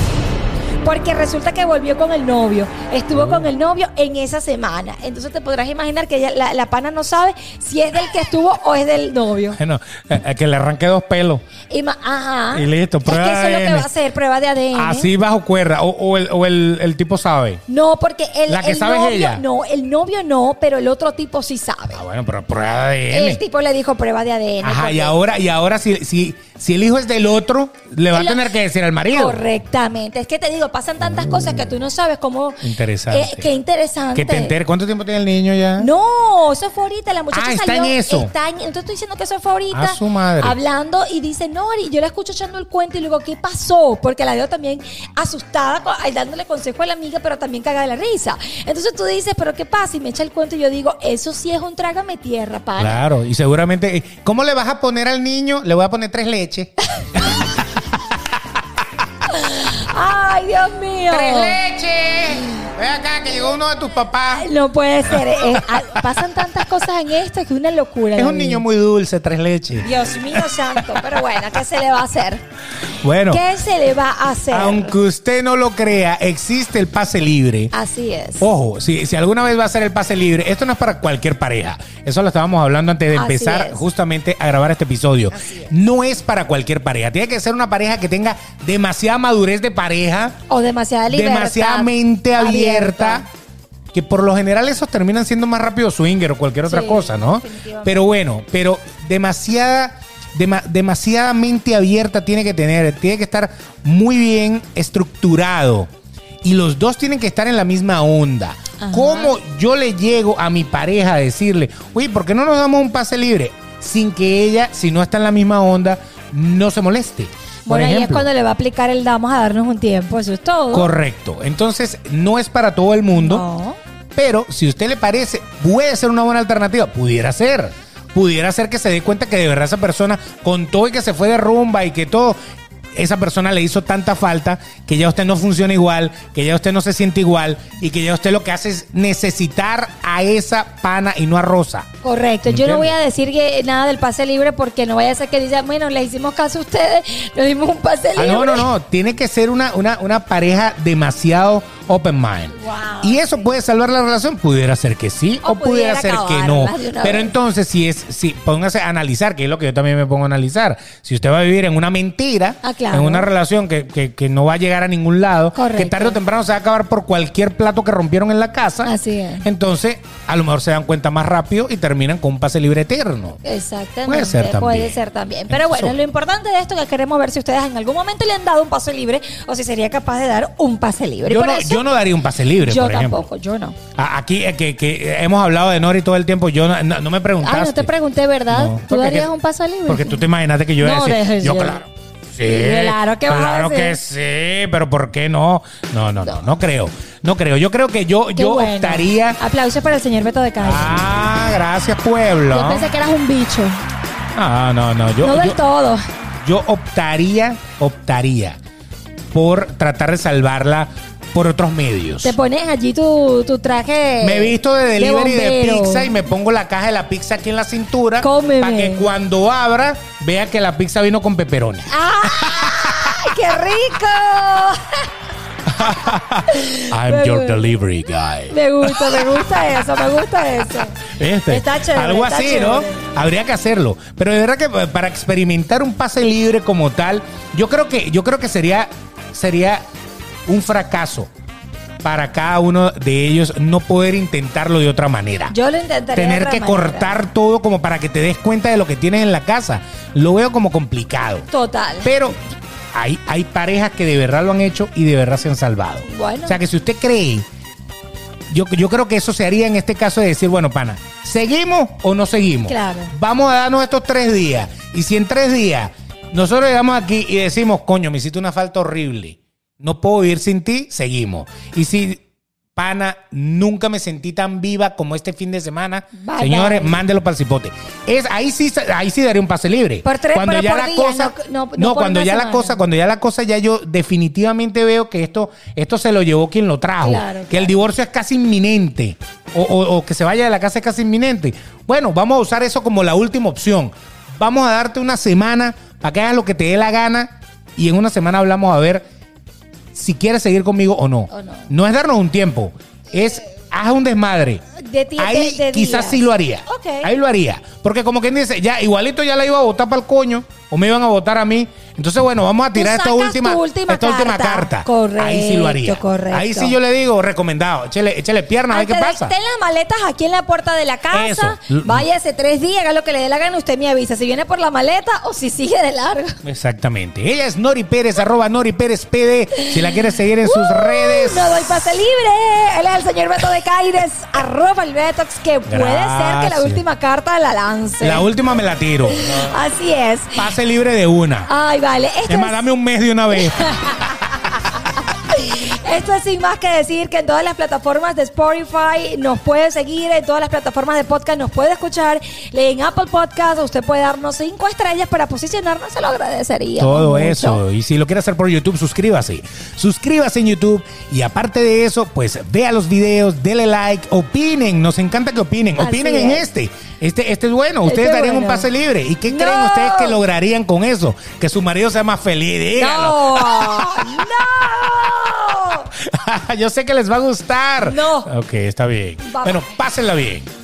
[SPEAKER 2] Porque resulta que volvió con el novio. Estuvo
[SPEAKER 1] Ah.
[SPEAKER 2] con el novio en esa semana. Entonces te podrás imaginar que ella- la, la pana no sabe si es del que estuvo o es del novio.
[SPEAKER 1] Bueno, a- a que le arranque dos pelos.
[SPEAKER 2] Ima- ajá.
[SPEAKER 1] Y listo, prueba
[SPEAKER 2] Es que eso es lo que
[SPEAKER 1] ADN.
[SPEAKER 2] va a hacer, prueba de ADN.
[SPEAKER 1] Así bajo cuerda. O, o el, o el- el tipo sabe.
[SPEAKER 2] No, porque el,
[SPEAKER 1] La que
[SPEAKER 2] el
[SPEAKER 1] sabe es
[SPEAKER 2] novio
[SPEAKER 1] ella.
[SPEAKER 2] no, el novio no, pero el otro tipo sí sabe.
[SPEAKER 1] Ah, bueno, pero prueba de ADN.
[SPEAKER 2] El tipo le dijo prueba de ADN.
[SPEAKER 1] Ajá, y
[SPEAKER 2] porque-
[SPEAKER 1] ahora, y ahora si, si, si el hijo es del otro, le va a
[SPEAKER 2] La-
[SPEAKER 1] tener que decir al marido.
[SPEAKER 2] Correctamente. Es que te digo, pasan tantas cosas que tú no sabes cómo.
[SPEAKER 1] Interesante.
[SPEAKER 2] Eh, qué interesante.
[SPEAKER 1] Que te entere. ¿Cuánto tiempo tiene el niño ya?
[SPEAKER 2] No, eso fue ahorita, la muchacha
[SPEAKER 1] Ah, está
[SPEAKER 2] salió.
[SPEAKER 1] en eso.
[SPEAKER 2] está en- entonces estoy diciendo que eso fue ahorita.
[SPEAKER 1] A su madre.
[SPEAKER 2] Hablando y dice, no, y yo la escucho echando el cuento y luego, ¿qué pasó? Porque la veo también asustada, co- ay, dándole consejo a la amiga, pero también cagada de la risa. Entonces tú dices, ¿pero qué pasa? Y me echa el cuento y yo digo, eso sí es un trágame tierra, pana.
[SPEAKER 1] Claro, y seguramente. eh, ¿Cómo le vas a poner al niño? Le voy a poner tres leches.
[SPEAKER 2] Ay, Dios mío.
[SPEAKER 1] leches! Ven acá, que llegó uno de tus papás.
[SPEAKER 2] No puede ser. eh, eh, ah, pasan tantas cosas en esto que es una locura.
[SPEAKER 1] Es un
[SPEAKER 2] David.
[SPEAKER 1] niño muy dulce, tres leches.
[SPEAKER 2] Dios mío santo, pero bueno, ¿qué se le va a hacer?
[SPEAKER 1] Bueno,
[SPEAKER 2] ¿Qué se le va a hacer?
[SPEAKER 1] aunque usted no lo crea, existe el pase libre.
[SPEAKER 2] Así es.
[SPEAKER 1] Ojo, si, si alguna vez va a ser el pase libre, esto no es para cualquier pareja. Eso lo estábamos hablando antes de
[SPEAKER 2] Así
[SPEAKER 1] empezar
[SPEAKER 2] es.
[SPEAKER 1] justamente a grabar este episodio.
[SPEAKER 2] Así es.
[SPEAKER 1] No es para cualquier pareja. Tiene que ser una pareja que tenga demasiada madurez de pareja,
[SPEAKER 2] O demasiada libertad.
[SPEAKER 1] demasiadamente abierta. Que por lo general esos terminan siendo más rápido swinger o cualquier otra
[SPEAKER 2] Sí,
[SPEAKER 1] cosa, ¿no?
[SPEAKER 2] definitivamente.
[SPEAKER 1] Pero bueno, pero demasiada, dema- demasiadamente abierta tiene que tener, tiene que estar muy bien estructurado. Y los dos tienen que estar en la misma onda.
[SPEAKER 2] Ajá.
[SPEAKER 1] ¿Cómo yo le llego a mi pareja a decirle, uy, ¿por qué no nos damos un pase libre? Sin que ella, si no está en la misma onda, no se moleste. por
[SPEAKER 2] Bueno, ahí es
[SPEAKER 1] ejemplo.
[SPEAKER 2] cuando le va a aplicar el damos a darnos un tiempo, eso es todo.
[SPEAKER 1] Correcto. Entonces, no es para todo el mundo.
[SPEAKER 2] No.
[SPEAKER 1] Pero si a usted le parece, puede ser una buena alternativa. Pudiera ser. Pudiera ser que se dé cuenta que de verdad esa persona contó y que se fue de rumba y que todo. Esa persona le hizo tanta falta que ya usted no funciona igual, que ya usted no se siente igual y que ya usted lo que hace es necesitar a esa pana y no a Rosa.
[SPEAKER 2] Correcto, yo
[SPEAKER 1] ¿Entiendes?
[SPEAKER 2] no voy a decir que nada del pase libre porque no vaya a ser que digan, bueno, le hicimos caso a ustedes, nos dimos un pase
[SPEAKER 1] Ah,
[SPEAKER 2] libre.
[SPEAKER 1] no, no, no. Tiene que ser una, una, una pareja demasiado open mind.
[SPEAKER 2] Wow.
[SPEAKER 1] y eso puede salvar la relación. Pudiera ser que sí o,
[SPEAKER 2] O
[SPEAKER 1] pudiera,
[SPEAKER 2] pudiera
[SPEAKER 1] ser que no.
[SPEAKER 2] acabarla de una
[SPEAKER 1] Pero
[SPEAKER 2] vez.
[SPEAKER 1] entonces, si es, si póngase a analizar, que es lo que yo también me pongo a analizar. Si usted va a vivir en una mentira,
[SPEAKER 2] Ah, claro.
[SPEAKER 1] en una relación que, que- que no va a llegar a ningún lado, que
[SPEAKER 2] Correcto.
[SPEAKER 1] tarde o temprano se va a acabar por cualquier plato que rompieron en la casa.
[SPEAKER 2] Así es.
[SPEAKER 1] Entonces, a lo mejor se dan cuenta más rápido y terminan con un pase libre eterno.
[SPEAKER 2] Exactamente.
[SPEAKER 1] Puede ser también.
[SPEAKER 2] Puede ser también. Pero bueno,
[SPEAKER 1] Eso.
[SPEAKER 2] lo importante de esto es que queremos ver si ustedes en algún momento le han dado un pase libre o si sería capaz de dar un pase libre.
[SPEAKER 1] Yo
[SPEAKER 2] Por
[SPEAKER 1] no,
[SPEAKER 2] eso,
[SPEAKER 1] yo no daría un pase libre,
[SPEAKER 2] yo
[SPEAKER 1] por ejemplo.
[SPEAKER 2] tampoco, yo no.
[SPEAKER 1] A- Aquí eh, que, que hemos hablado de Nori todo el tiempo, yo no, no- no me preguntaste.
[SPEAKER 2] Ah, no te pregunté, ¿verdad?
[SPEAKER 1] No,
[SPEAKER 2] ¿Tú
[SPEAKER 1] porque
[SPEAKER 2] darías
[SPEAKER 1] que-
[SPEAKER 2] un pase libre?
[SPEAKER 1] Porque tú te imaginaste que yo iba a
[SPEAKER 2] No,
[SPEAKER 1] decir,
[SPEAKER 2] dejes
[SPEAKER 1] yo
[SPEAKER 2] yo.
[SPEAKER 1] claro. Sí,
[SPEAKER 2] Claro que vas a
[SPEAKER 1] claro que
[SPEAKER 2] decir.
[SPEAKER 1] sí, pero ¿por qué no? No, no, no, no, creo. No creo. Yo creo que yo,
[SPEAKER 2] Qué
[SPEAKER 1] yo
[SPEAKER 2] bueno.
[SPEAKER 1] optaría.
[SPEAKER 2] Aplausos para el señor Beto de Calle.
[SPEAKER 1] Ah, gracias, pueblo.
[SPEAKER 2] Yo pensé que eras un bicho.
[SPEAKER 1] Ah, no, no. Yo,
[SPEAKER 2] no del
[SPEAKER 1] yo,
[SPEAKER 2] todo.
[SPEAKER 1] yo optaría, optaría por tratar de salvarla por otros medios.
[SPEAKER 2] Te pones allí tu, tu traje.
[SPEAKER 1] Me he visto de delivery de,
[SPEAKER 2] bombero.
[SPEAKER 1] pizza y me pongo la caja de la pizza aquí en la cintura
[SPEAKER 2] Cómeme.
[SPEAKER 1] para que cuando abra vea que la pizza vino con peperoni.
[SPEAKER 2] ¡Ay, qué rico!
[SPEAKER 1] I'm your delivery guy.
[SPEAKER 2] Me gusta, me gusta eso, me gusta eso.
[SPEAKER 1] Este,
[SPEAKER 2] Está chévere,
[SPEAKER 1] algo
[SPEAKER 2] está
[SPEAKER 1] así, ¿no?
[SPEAKER 2] chévere.
[SPEAKER 1] Habría que hacerlo. Pero de verdad que pa- para experimentar un pase libre como tal, yo creo que, yo creo que sería, sería un fracaso. para cada uno de ellos no poder intentarlo de otra manera.
[SPEAKER 4] Yo lo intentaré. de
[SPEAKER 1] Tener
[SPEAKER 4] otra
[SPEAKER 1] que
[SPEAKER 4] manera.
[SPEAKER 1] cortar todo como para que te des cuenta de lo que tienes en la casa. Lo veo como complicado.
[SPEAKER 2] Total.
[SPEAKER 1] Pero hay, hay parejas que de verdad lo han hecho y de verdad se han salvado.
[SPEAKER 2] Bueno.
[SPEAKER 1] O sea que si usted cree, yo, yo creo que eso se haría en este caso de decir, bueno, pana, ¿seguimos o no seguimos?
[SPEAKER 2] Claro.
[SPEAKER 1] Vamos a darnos estos tres días. Y si en tres días nosotros llegamos aquí y decimos, coño, me hiciste una falta horrible, no puedo vivir sin ti, seguimos. Y si, pana, nunca me sentí tan viva como este fin de semana,
[SPEAKER 2] Bye,
[SPEAKER 1] señores,
[SPEAKER 2] bye.
[SPEAKER 1] mándelo para el cipote. Es, ahí, sí, ahí sí daré un pase libre.
[SPEAKER 2] Por tres,
[SPEAKER 1] cuando
[SPEAKER 2] pero
[SPEAKER 1] ya
[SPEAKER 2] por
[SPEAKER 1] la
[SPEAKER 2] día,
[SPEAKER 1] cosa, no,
[SPEAKER 2] no- no- no por
[SPEAKER 1] cuando
[SPEAKER 2] una
[SPEAKER 1] ya la
[SPEAKER 2] semana.
[SPEAKER 1] cosa, cuando ya la cosa ya yo definitivamente veo que esto, esto se lo llevó quien lo trajo,
[SPEAKER 2] Claro,
[SPEAKER 1] que
[SPEAKER 2] claro.
[SPEAKER 1] el divorcio es casi inminente o, o- o que se vaya de la casa es casi inminente. Bueno, vamos a usar eso como la última opción. Vamos a darte una semana para que hagas lo que te dé la gana y en una semana hablamos a ver si quieres seguir conmigo o no.
[SPEAKER 2] O no.
[SPEAKER 1] es darnos un tiempo, es haz un desmadre.
[SPEAKER 2] De ti- de-
[SPEAKER 1] Ahí
[SPEAKER 2] de
[SPEAKER 1] quizás
[SPEAKER 2] días.
[SPEAKER 1] sí lo haría.
[SPEAKER 2] Ok.
[SPEAKER 1] Ahí lo haría. Porque como quien dice, ya igualito ya la iba a votar para el coño o me iban a votar a mí. Entonces, bueno, vamos a tirar esta
[SPEAKER 2] sacas
[SPEAKER 1] última,
[SPEAKER 2] tu última
[SPEAKER 1] esta última
[SPEAKER 2] carta.
[SPEAKER 1] carta.
[SPEAKER 4] Correcto,
[SPEAKER 1] Ahí sí lo haría.
[SPEAKER 4] correcto.
[SPEAKER 1] Ahí sí yo le digo, recomendado. Échale, échale pierna, a ver qué
[SPEAKER 2] Antes de-
[SPEAKER 1] pasa.
[SPEAKER 2] Ten las maletas aquí en la puerta de la casa.
[SPEAKER 1] Eso.
[SPEAKER 2] Váyase tres días, haga lo que le dé la gana. Usted me avisa si viene por la maleta o si sigue de largo.
[SPEAKER 1] Exactamente. Ella es Nori Pérez, arroba Nori Pérez PD. Si la quieres seguir en sus redes.
[SPEAKER 2] Uh, No doy pase libre. Él es el señor Beto de Caires, arroba el Betox, que puede ser que
[SPEAKER 1] Gracias.
[SPEAKER 2] la última carta la lance.
[SPEAKER 1] La última me la tiro.
[SPEAKER 2] Así es.
[SPEAKER 1] Pase libre de una.
[SPEAKER 2] Ay, vale. Esto
[SPEAKER 1] Es más,
[SPEAKER 2] Ah, es,
[SPEAKER 1] dame un mes de una vez.
[SPEAKER 2] esto es sin más que decir que en todas las plataformas de Spotify nos puede seguir, en todas las plataformas de podcast nos puede escuchar. En Apple Podcast usted puede darnos cinco estrellas para posicionarnos, se lo agradecería.
[SPEAKER 1] Todo
[SPEAKER 2] mucho.
[SPEAKER 1] eso. Y si lo quiere hacer por YouTube, suscríbase. Suscríbase en YouTube. Y aparte de eso, pues vea los videos, dele like, opinen. Nos encanta que opinen.
[SPEAKER 2] Así
[SPEAKER 1] Opinen en
[SPEAKER 2] es.
[SPEAKER 1] este. Este, este es bueno.
[SPEAKER 2] Este
[SPEAKER 1] Ustedes
[SPEAKER 2] es
[SPEAKER 1] darían un
[SPEAKER 2] bueno.
[SPEAKER 1] pase libre. ¿Y qué
[SPEAKER 2] No.
[SPEAKER 1] creen ustedes que lograrían con eso? Que su marido sea más feliz. Dígalo.
[SPEAKER 2] ¡No! ¡No!
[SPEAKER 1] Yo sé que les va a gustar.
[SPEAKER 2] No.
[SPEAKER 1] Ok, está bien.
[SPEAKER 2] Bye,
[SPEAKER 1] Bueno,
[SPEAKER 2] bye.
[SPEAKER 1] pásenla bien.